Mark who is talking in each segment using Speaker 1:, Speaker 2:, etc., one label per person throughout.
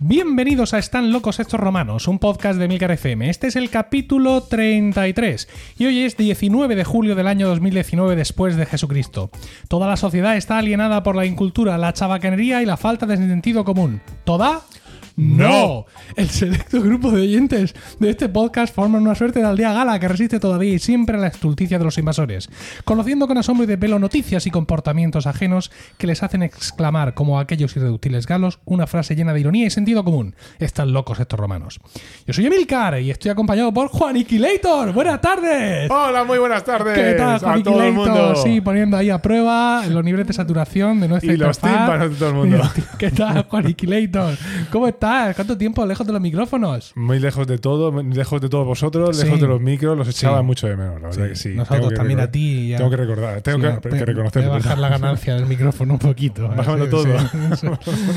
Speaker 1: Bienvenidos a Están locos estos romanos, un podcast de Milcar FM. Este es el capítulo 33 y hoy es 19 de julio del año 2019 después de Jesucristo. Toda la sociedad está alienada por la incultura, la chabacanería y la falta de sentido común. ¿Toda?
Speaker 2: No.
Speaker 1: El selecto grupo de oyentes de este podcast forman una suerte de aldea gala que resiste todavía y siempre a la estulticia de los invasores, conociendo con asombro y de pelo noticias y comportamientos ajenos que les hacen exclamar, como aquellos irreductibles galos, una frase llena de ironía y sentido común. Están locos estos romanos. Yo soy Emilcar y estoy acompañado por Juaniquilator. ¡Buenas tardes!
Speaker 2: Hola, muy buenas tardes
Speaker 1: ¿Qué tal,
Speaker 2: a todo el mundo.
Speaker 1: Juaniquilator? Sí, poniendo ahí a prueba los niveles de saturación de nuestra
Speaker 2: Y los
Speaker 1: interfaz.
Speaker 2: tímpanos de todo el mundo.
Speaker 1: ¿Qué tal, Juaniquilator? ¿Cómo estás? ¿Cuánto tiempo lejos de los micrófonos?
Speaker 2: Muy lejos de todo, muy lejos de todos vosotros,
Speaker 1: Sí.
Speaker 2: lejos de los micros, los echaba
Speaker 1: Sí.
Speaker 2: mucho de menos, la verdad que sí.
Speaker 1: Nosotros
Speaker 2: Tengo que
Speaker 1: también
Speaker 2: recordar-
Speaker 1: a ti. ya.
Speaker 2: Tengo que recordar, tengo
Speaker 1: Sí,
Speaker 2: que,
Speaker 1: voy a-
Speaker 2: que reconocerte.
Speaker 1: voy a bajar la
Speaker 2: perdón.
Speaker 1: ganancia del micrófono un poquito. ¿eh?
Speaker 2: Bájamelo
Speaker 1: Sí,
Speaker 2: todo.
Speaker 1: sí, sí.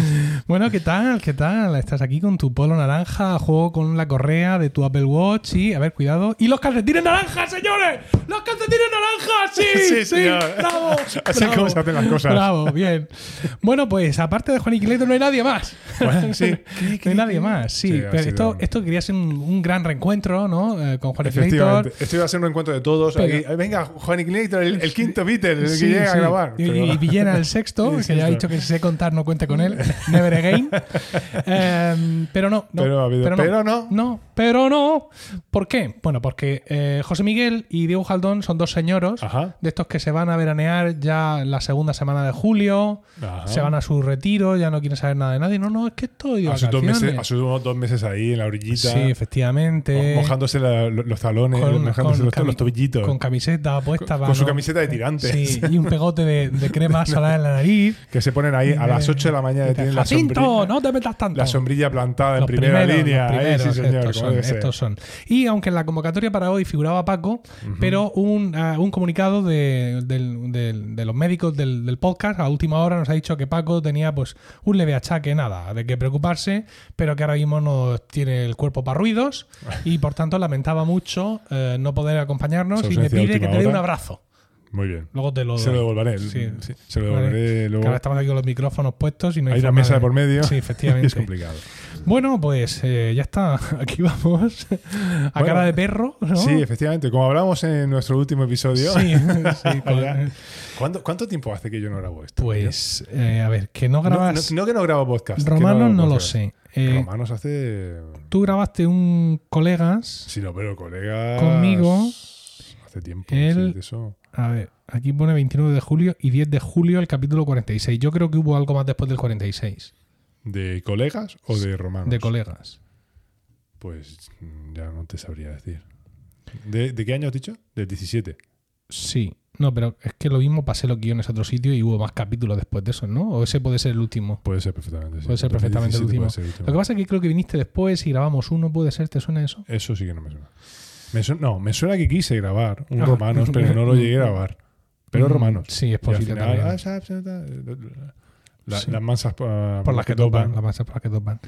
Speaker 1: bueno, ¿qué tal? ¿Qué tal? Estás aquí con tu polo naranja, juego con la correa de tu Apple Watch y, a ver, cuidado. ¡Y los calcetines naranjas, señores! ¡Los calcetines naranjas! ¡Sí!
Speaker 2: Sí,
Speaker 1: ¡Sí,
Speaker 2: señor.
Speaker 1: ¡Bravo!
Speaker 2: Así es como
Speaker 1: bravo,
Speaker 2: se hacen las cosas.
Speaker 1: Bravo, bien. Bueno, pues aparte de Juan Iquileto no hay nadie más.
Speaker 2: Bueno, sí.
Speaker 1: No hay nadie más, sí.
Speaker 2: Sí, ha
Speaker 1: pero
Speaker 2: sido-
Speaker 1: esto, esto quería ser un, un gran reencuentro, ¿no? Eh, con Juan Iquiletor.
Speaker 2: Efectivamente. Esto iba a ser un encuentro de todos.
Speaker 1: Pero-
Speaker 2: Aquí, venga, Juan Ignator, el, el quinto Beatle, el
Speaker 1: Sí,
Speaker 2: que llega a
Speaker 1: sí.
Speaker 2: grabar.
Speaker 1: Y,
Speaker 2: Pero-
Speaker 1: y Villena el sexto,
Speaker 2: El
Speaker 1: que ya ha dicho
Speaker 2: sexto.
Speaker 1: que si sé contar no cuente con él. Never again. Em, pero no, no.
Speaker 2: Pero ha habido- pero no.
Speaker 1: pero no. ¿Por qué? Bueno, porque eh, José Miguel y Diego Jaldón son dos señoros
Speaker 2: Ajá.
Speaker 1: de estos que se van a veranear ya la segunda semana de julio.
Speaker 2: Ajá.
Speaker 1: Se van a su retiro, ya no quieren saber nada de nadie. No, no, es que estoy de
Speaker 2: A sus, dos
Speaker 1: vacaciones.
Speaker 2: meses, a sus dos- dos meses ahí en la orillita,
Speaker 1: sí, efectivamente.
Speaker 2: mojándose la- los, los talones, mojándose los,
Speaker 1: cami-
Speaker 2: los tobillitos.
Speaker 1: con camiseta puesta
Speaker 2: Con-
Speaker 1: para
Speaker 2: con su
Speaker 1: no-
Speaker 2: camiseta de tirantes.
Speaker 1: Sí, y un pegote de, de crema solar en la nariz.
Speaker 2: que se ponen ahí a las 8 de la mañana. Tienen la
Speaker 1: Jacinto,
Speaker 2: sombrilla,
Speaker 1: no te metas tanto.
Speaker 2: la sombrilla plantada en
Speaker 1: Los
Speaker 2: primera
Speaker 1: primeros,
Speaker 2: línea.
Speaker 1: los
Speaker 2: Ahí
Speaker 1: primeros,
Speaker 2: sí, señor.
Speaker 1: estos,
Speaker 2: como
Speaker 1: son,
Speaker 2: debe ser.
Speaker 1: estos son. Y aunque en la convocatoria para hoy figuraba Paco, pero un, ah, un comunicado de, del- del- de los médicos del, del podcast a última hora nos ha dicho que Paco tenía pues un leve achaque, nada, de qué preocuparse, pero que ahora mismo no tiene el cuerpo para ruidos y por tanto lamentaba mucho eh, no poder acompañarnos
Speaker 2: Su
Speaker 1: y me
Speaker 2: ausencia de
Speaker 1: pide que
Speaker 2: última
Speaker 1: te dé un
Speaker 2: hora.
Speaker 1: abrazo.
Speaker 2: Muy bien.
Speaker 1: Luego te lo
Speaker 2: Se lo
Speaker 1: doy.
Speaker 2: devolveré.
Speaker 1: Sí.
Speaker 2: sí, se lo devolveré
Speaker 1: Que ahora
Speaker 2: luego.
Speaker 1: estamos aquí con los micrófonos puestos y no hay,
Speaker 2: Hay una
Speaker 1: forma
Speaker 2: mesa de por medio.
Speaker 1: Sí,
Speaker 2: Es
Speaker 1: efectivamente.
Speaker 2: complicado.
Speaker 1: Bueno, pues eh, ya está. Aquí vamos. A
Speaker 2: Bueno.
Speaker 1: cara de perro, ¿no?
Speaker 2: Sí, efectivamente. Como hablamos en nuestro último episodio.
Speaker 1: Sí, sí, con-
Speaker 2: Ya. ¿Cuánto, cuánto tiempo hace que yo no grabo esto?
Speaker 1: Pues, eh, a ver, que no
Speaker 2: No, no,
Speaker 1: grabas.
Speaker 2: no que no grabo podcast. que
Speaker 1: Romanos
Speaker 2: grabo
Speaker 1: no lo
Speaker 2: podcast.
Speaker 1: sé. Eh,
Speaker 2: Romanos hace.
Speaker 1: tú grabaste un colegas.
Speaker 2: Sí, no, pero colega.
Speaker 1: Conmigo,
Speaker 2: Hace tiempo.
Speaker 1: él-
Speaker 2: sí, de eso.
Speaker 1: A ver, aquí pone 29 de julio y 10 de julio el capítulo 46. Yo creo que hubo algo más después del 46
Speaker 2: ¿De colegas o de romanos?
Speaker 1: de colegas.
Speaker 2: Pues mm, ya no te sabría decir. ¿De, de qué año has dicho? Del 17.
Speaker 1: Sí. No, pero es que lo mismo pasé los guiones a otro sitio y hubo más capítulos después de eso, ¿no? O ese puede ser el último.
Speaker 2: Puede ser perfectamente. sí.
Speaker 1: Puede ser perfectamente el
Speaker 2: 2017
Speaker 1: último.
Speaker 2: puede ser el último.
Speaker 1: Lo que pasa es que creo que viniste después y grabamos uno, puede ser, ¿te suena eso?
Speaker 2: Eso sí que no me suena. Me su- no, me suena que quise grabar un
Speaker 1: Ah.
Speaker 2: romanos, pero no lo llegué a grabar. Pero
Speaker 1: Mm,
Speaker 2: romanos.
Speaker 1: Sí, es
Speaker 2: Y al
Speaker 1: posible
Speaker 2: final,
Speaker 1: también.
Speaker 2: ah, sa- sa- sa- la-
Speaker 1: Sí.
Speaker 2: Las mansas ah,
Speaker 1: por las que topan, las masas por las que topan.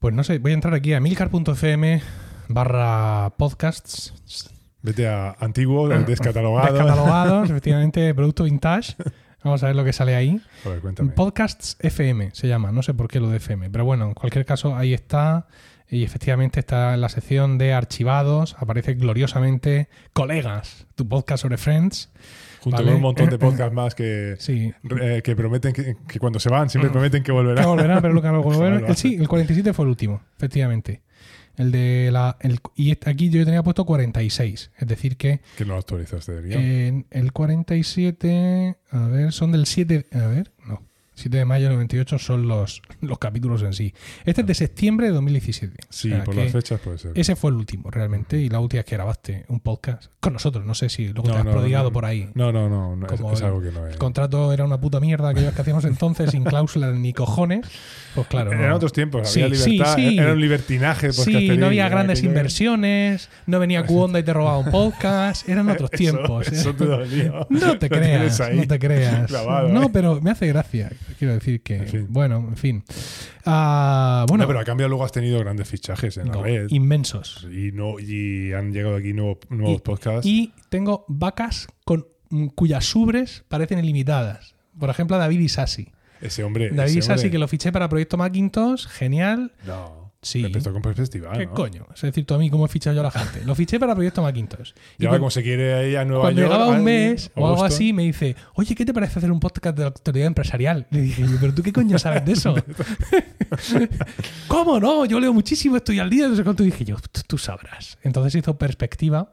Speaker 1: Pues no sé, voy a entrar aquí a milcar.fm barra podcasts
Speaker 2: Vete a antiguo,
Speaker 1: Ah,
Speaker 2: descatalogado.
Speaker 1: descatalogados, efectivamente, producto vintage. Vamos a ver lo que sale ahí.
Speaker 2: A ver, cuéntame.
Speaker 1: Podcasts FM se llama, no sé por qué lo de FM, pero bueno, en cualquier caso ahí está y efectivamente está en la sección de archivados, aparece gloriosamente colegas, tu podcast sobre Friends.
Speaker 2: Junto
Speaker 1: Vale.
Speaker 2: con un montón de podcasts más que,
Speaker 1: Sí.
Speaker 2: eh, que prometen que, que cuando se van
Speaker 1: Mm.
Speaker 2: siempre prometen que
Speaker 1: Que
Speaker 2: volverán.
Speaker 1: volverá, pero nunca lo volverá.
Speaker 2: Ojalá.
Speaker 1: El- sí, el 47 fue el último, efectivamente. El de la el- y este- aquí yo tenía puesto 46, es decir que
Speaker 2: Que no actualizaste, debería.
Speaker 1: en el 47, a ver, son del 7, a ver, no. 7 de mayo del 98 son los, los capítulos en sí. Este es de septiembre de 2017. O
Speaker 2: Sí,
Speaker 1: sea
Speaker 2: por
Speaker 1: que
Speaker 2: las fechas puede ser.
Speaker 1: Ese fue el último realmente y la última vez que grabaste un podcast con nosotros, no sé si luego
Speaker 2: No,
Speaker 1: te has
Speaker 2: no,
Speaker 1: prodigado
Speaker 2: no.
Speaker 1: por ahí.
Speaker 2: No, no, no, no, es,
Speaker 1: Como
Speaker 2: es
Speaker 1: el-
Speaker 2: algo que no es.
Speaker 1: El contrato era una puta mierda aquellos que hacíamos entonces sin cláusulas ni cojones. Pues claro.
Speaker 2: Eran
Speaker 1: no.
Speaker 2: otros tiempos,
Speaker 1: Sí,
Speaker 2: había libertad,
Speaker 1: sí, sí.
Speaker 2: era un libertinaje.
Speaker 1: Sí,
Speaker 2: podcasteril,
Speaker 1: no había
Speaker 2: era
Speaker 1: grandes
Speaker 2: aquello que-
Speaker 1: inversiones, no venía Cuonda y te robaba un podcast, eran otros
Speaker 2: Eso-
Speaker 1: tiempos. ¿eh?
Speaker 2: eso te dolió.
Speaker 1: No te
Speaker 2: Lo tienes
Speaker 1: creas,
Speaker 2: ahí
Speaker 1: no te creas.
Speaker 2: clavado,
Speaker 1: no,
Speaker 2: ¿eh?
Speaker 1: pero me hace gracia. Quiero decir que,
Speaker 2: En fin.
Speaker 1: bueno, en fin. Ah, bueno,
Speaker 2: No, pero a cambio luego has tenido grandes fichajes en
Speaker 1: no,
Speaker 2: la red.
Speaker 1: inmensos.
Speaker 2: Y, no, y han llegado aquí nuevo- nuevos
Speaker 1: Y-
Speaker 2: podcasts.
Speaker 1: Y tengo vacas con mm, cuyas ubres parecen ilimitadas. Por ejemplo, a David Isasi.
Speaker 2: ese hombre.
Speaker 1: David
Speaker 2: Eh, ese
Speaker 1: Isasi,
Speaker 2: hombre-
Speaker 1: que lo fiché para Proyecto Macintosh, genial.
Speaker 2: No.
Speaker 1: Sí.
Speaker 2: Empezó con perspectiva.
Speaker 1: ¿Qué
Speaker 2: ¿no?
Speaker 1: coño? Es decir, tú a mí cómo he fichado yo a la gente. Lo fiché para Proyecto Macintosh. Y
Speaker 2: Y ahora,
Speaker 1: cuando-
Speaker 2: como se quiere ahí a Nueva
Speaker 1: Cuando
Speaker 2: York.
Speaker 1: llegaba un
Speaker 2: ahí,
Speaker 1: mes o algo
Speaker 2: Augusto.
Speaker 1: así, me dice, oye, ¿qué te parece hacer un podcast de la autoridad empresarial? Le dije, yo, pero tú qué coño sabes de eso. ¿Cómo no? Yo leo muchísimo, estoy al día, no sé cuánto. Y dije yo, "Tú- tú sabrás. Entonces hizo Perspectiva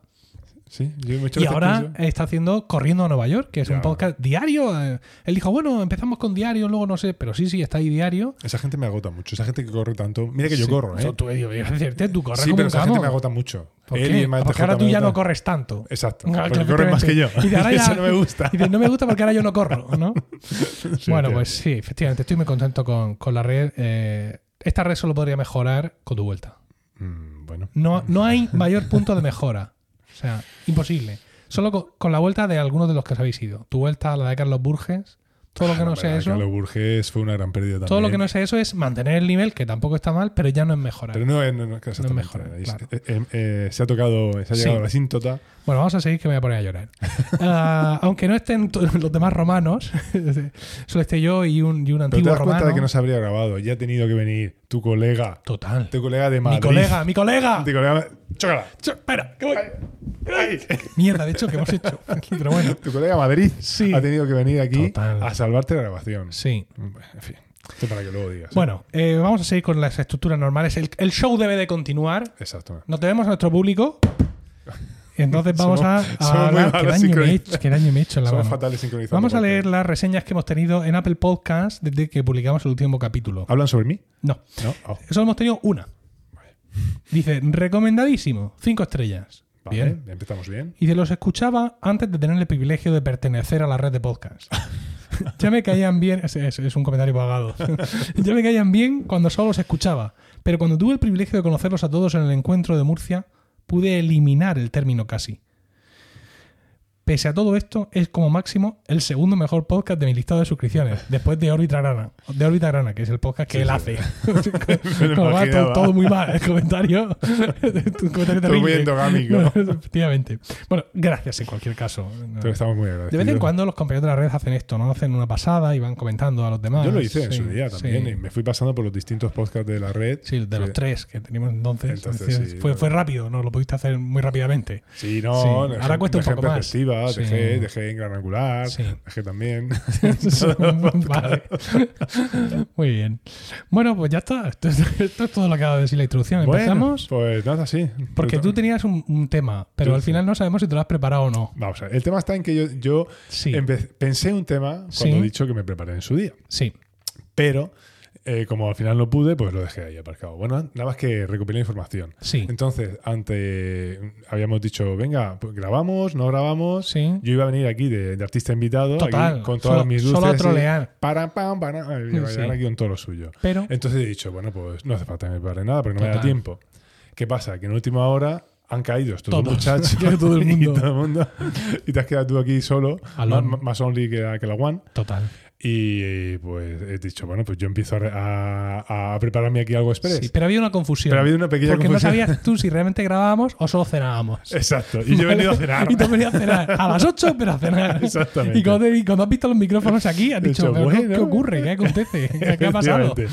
Speaker 2: Sí, yo me he hecho
Speaker 1: y
Speaker 2: este
Speaker 1: ahora
Speaker 2: ejercicio.
Speaker 1: está haciendo Corriendo a Nueva York, que es
Speaker 2: Ya.
Speaker 1: un podcast diario. Eh, Él dijo, bueno, empezamos con diario, luego no sé, pero sí, sí, está ahí diario.
Speaker 2: Esa gente me agota mucho. Esa gente que corre tanto. Mira que yo
Speaker 1: Sí.
Speaker 2: corro, ¿eh?
Speaker 1: Yo, tú, yo, yo, decirte, tú corres
Speaker 2: sí,
Speaker 1: como
Speaker 2: pero
Speaker 1: un
Speaker 2: esa gente
Speaker 1: camo.
Speaker 2: me agota mucho.
Speaker 1: ¿Por qué?
Speaker 2: Él y el
Speaker 1: Porque
Speaker 2: MTJ
Speaker 1: ahora tú
Speaker 2: me
Speaker 1: ya no
Speaker 2: agota.
Speaker 1: corres tanto.
Speaker 2: Exacto.
Speaker 1: Ah,
Speaker 2: porque corren más que yo.
Speaker 1: Y de ahora ya-
Speaker 2: Eso no me gusta.
Speaker 1: Y dices, no me gusta porque ahora yo no corro, ¿no?
Speaker 2: Sí,
Speaker 1: bueno,
Speaker 2: tío.
Speaker 1: pues sí, efectivamente, estoy muy contento con, con la red. Eh, esta red solo podría mejorar con tu vuelta.
Speaker 2: Mm, bueno.
Speaker 1: No, no hay mayor punto de mejora. O sea, imposible. Solo con, con la vuelta de algunos de los que os habéis ido. Tu vuelta, la de Carlos Burges, todo lo que
Speaker 2: Ah,
Speaker 1: no sea
Speaker 2: verdad,
Speaker 1: eso.
Speaker 2: Carlos Burges fue una gran pérdida también.
Speaker 1: Todo lo que no sea eso es mantener el nivel, que tampoco está mal, pero ya no es mejorar.
Speaker 2: Pero no es, no, no, exactamente.
Speaker 1: mejora,
Speaker 2: Ahí
Speaker 1: claro.
Speaker 2: se- eh, eh, eh, se ha tocado, se ha
Speaker 1: Sí.
Speaker 2: llegado a la síntota.
Speaker 1: Bueno, vamos a seguir que me voy a poner a llorar. Ah, aunque no estén to- los demás romanos, solo esté yo y un, y un
Speaker 2: Pero te
Speaker 1: antiguo
Speaker 2: das cuenta
Speaker 1: romano.
Speaker 2: de que no se habría grabado. Ya ha tenido que venir tu colega,
Speaker 1: Total.
Speaker 2: tu colega de Madrid.
Speaker 1: Mi colega, mi colega.
Speaker 2: Tu colega. ¡Chócala!
Speaker 1: Cho- espera, que voy.
Speaker 2: ¡Ay!
Speaker 1: Mierda, de hecho, que hemos hecho. Pero bueno.
Speaker 2: Tu colega Madrid
Speaker 1: Sí.
Speaker 2: ha tenido que venir aquí
Speaker 1: Total.
Speaker 2: a salvarte la grabación.
Speaker 1: Sí.
Speaker 2: Bueno, En fin. Esto para que luego digas. ¿eh?
Speaker 1: Bueno, eh, vamos a seguir con las estructuras normales. El, el show debe de continuar.
Speaker 2: Exacto.
Speaker 1: Nos debemos a nuestro público. Y Entonces vamos a,
Speaker 2: Somos-
Speaker 1: a
Speaker 2: somos muy
Speaker 1: hablar.
Speaker 2: malos
Speaker 1: ¿Qué daño, me he
Speaker 2: sincronizados.
Speaker 1: hecho, qué daño me he hecho en la
Speaker 2: Somos
Speaker 1: mano.
Speaker 2: fatales sincronizados.
Speaker 1: Vamos a leer las reseñas que hemos tenido en Apple Podcast desde que publicamos el último capítulo.
Speaker 2: ¿Hablan sobre mí?
Speaker 1: No,
Speaker 2: No. Oh,
Speaker 1: solo hemos tenido una. Dice, recomendadísimo, cinco estrellas.
Speaker 2: vale.
Speaker 1: Bien.
Speaker 2: Empezamos bien.
Speaker 1: y de los escuchaba antes de tener el privilegio de pertenecer a la red de podcast. ya me caían bien, es, es- es un comentario pagado. ya me caían bien cuando solo los escuchaba, pero cuando tuve el privilegio de conocerlos a todos en el encuentro de Murcia, pude eliminar el término casi. Pese a todo esto, es como máximo el segundo mejor podcast de mi listado de suscripciones, después de Órbita Grana, de Órbita Grana, que es el podcast que
Speaker 2: Sí,
Speaker 1: él
Speaker 2: sí.
Speaker 1: hace.
Speaker 2: Me lo
Speaker 1: Como va todo,
Speaker 2: imaginaba.
Speaker 1: todo muy mal, el comentario. un comentario
Speaker 2: Todo muy
Speaker 1: terrible.
Speaker 2: endogámico.
Speaker 1: No, efectivamente. Bueno, gracias en cualquier caso.
Speaker 2: Pero estamos muy
Speaker 1: De
Speaker 2: agradecidos.
Speaker 1: vez en cuando los compañeros de la red hacen esto, ¿no? Hacen una pasada y van comentando a los demás.
Speaker 2: Yo lo hice en
Speaker 1: Sí,
Speaker 2: su día también
Speaker 1: sí.
Speaker 2: y me fui pasando por los distintos podcasts de la red.
Speaker 1: Sí, de los
Speaker 2: Sí.
Speaker 1: tres que teníamos entonces. Es
Speaker 2: Entonces,
Speaker 1: decir,
Speaker 2: sí,
Speaker 1: fue,
Speaker 2: bueno.
Speaker 1: fue rápido, ¿no? Lo pudiste hacer muy rápidamente. Sí,
Speaker 2: Sí, no. dejé-
Speaker 1: ahora cuesta un
Speaker 2: dejé
Speaker 1: poco más.
Speaker 2: perspectiva,
Speaker 1: Sí.
Speaker 2: Dejé, dejé en gran angular,
Speaker 1: Sí.
Speaker 2: dejé también.
Speaker 1: vale. Muy bien. Bueno, pues ya está. Esto, es- esto es todo lo que ha dado de decir la introducción. Empezamos
Speaker 2: Bueno, pues nada, sí.
Speaker 1: porque tú tenías un, un tema, pero
Speaker 2: Yo
Speaker 1: al
Speaker 2: sí.
Speaker 1: final no sabemos si te lo has preparado o no.
Speaker 2: Vamos a ver. El tema está en que yo, yo
Speaker 1: Sí,
Speaker 2: empe- pensé un tema cuando
Speaker 1: Sí.
Speaker 2: he dicho que me preparé en su día.
Speaker 1: sí.
Speaker 2: Pero eh, como al final no pude, pues lo dejé ahí aparcado. Bueno, nada más que recopilé información.
Speaker 1: Sí,
Speaker 2: Entonces, ante habíamos dicho, venga, pues grabamos, no grabamos.
Speaker 1: sí.
Speaker 2: Yo iba a venir aquí de, de artista invitado, aquí
Speaker 1: Total.
Speaker 2: con todas
Speaker 1: solo,
Speaker 2: mis
Speaker 1: solo
Speaker 2: luces.
Speaker 1: a
Speaker 2: y-
Speaker 1: trolear.
Speaker 2: Para, pam, para, ay, voy a
Speaker 1: Sí.
Speaker 2: bailar aquí con todo lo suyo.
Speaker 1: Pero
Speaker 2: Entonces he dicho, bueno, pues no hace falta que me prepare nada, porque no me da
Speaker 1: Total.
Speaker 2: tiempo. ¿Qué pasa? Que en última hora han caído estos dos
Speaker 1: Todos.
Speaker 2: muchachos
Speaker 1: Ha caído todo el
Speaker 2: y
Speaker 1: mundo.
Speaker 2: todo el mundo. Y te has quedado tú aquí solo, más,
Speaker 1: Alone.
Speaker 2: más only que la, que la one.
Speaker 1: Total.
Speaker 2: Y pues he dicho, bueno, pues yo empiezo a, re- a- a prepararme aquí algo express.
Speaker 1: Sí, pero había una confusión.
Speaker 2: Pero ha habido una pequeña
Speaker 1: porque
Speaker 2: confusión.
Speaker 1: no sabías tú si realmente grabábamos o solo cenábamos.
Speaker 2: Exacto. Y yo he venido a cenar.
Speaker 1: Y tú has venido a cenar. A las 8, pero a cenar.
Speaker 2: Exactamente.
Speaker 1: Y cuando, te- y cuando has visto los micrófonos aquí, has
Speaker 2: He
Speaker 1: dicho,
Speaker 2: dicho,
Speaker 1: "Pero
Speaker 2: bueno".
Speaker 1: ¿qué ocurre? ¿Qué acontece? ¿Qué, ha pasado?
Speaker 2: Efectivamente.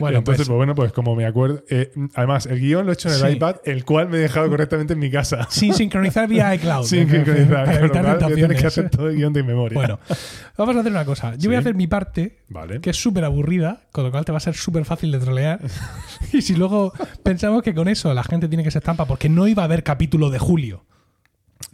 Speaker 1: Bueno,
Speaker 2: Entonces,
Speaker 1: pues,
Speaker 2: pues, bueno, pues como me acuerdo. eh, además, el guión lo he hecho en el
Speaker 1: Sí.
Speaker 2: iPad, el cual me he dejado correctamente en mi casa.
Speaker 1: sin sincronizar vía iCloud.
Speaker 2: sin
Speaker 1: Para
Speaker 2: sincronizar. ¿eh? con lo
Speaker 1: evitar
Speaker 2: cual, me tienes que
Speaker 1: tentaciones.
Speaker 2: hacer todo el guión de memoria.
Speaker 1: Bueno, vamos a hacer una cosa. Yo voy a
Speaker 2: Sí.
Speaker 1: hacer mi parte,
Speaker 2: Vale.
Speaker 1: que es súper aburrida, con lo cual te va a ser súper fácil de trolear. y si luego pensamos que con eso la gente tiene que se estampa, porque no iba a haber capítulo de julio.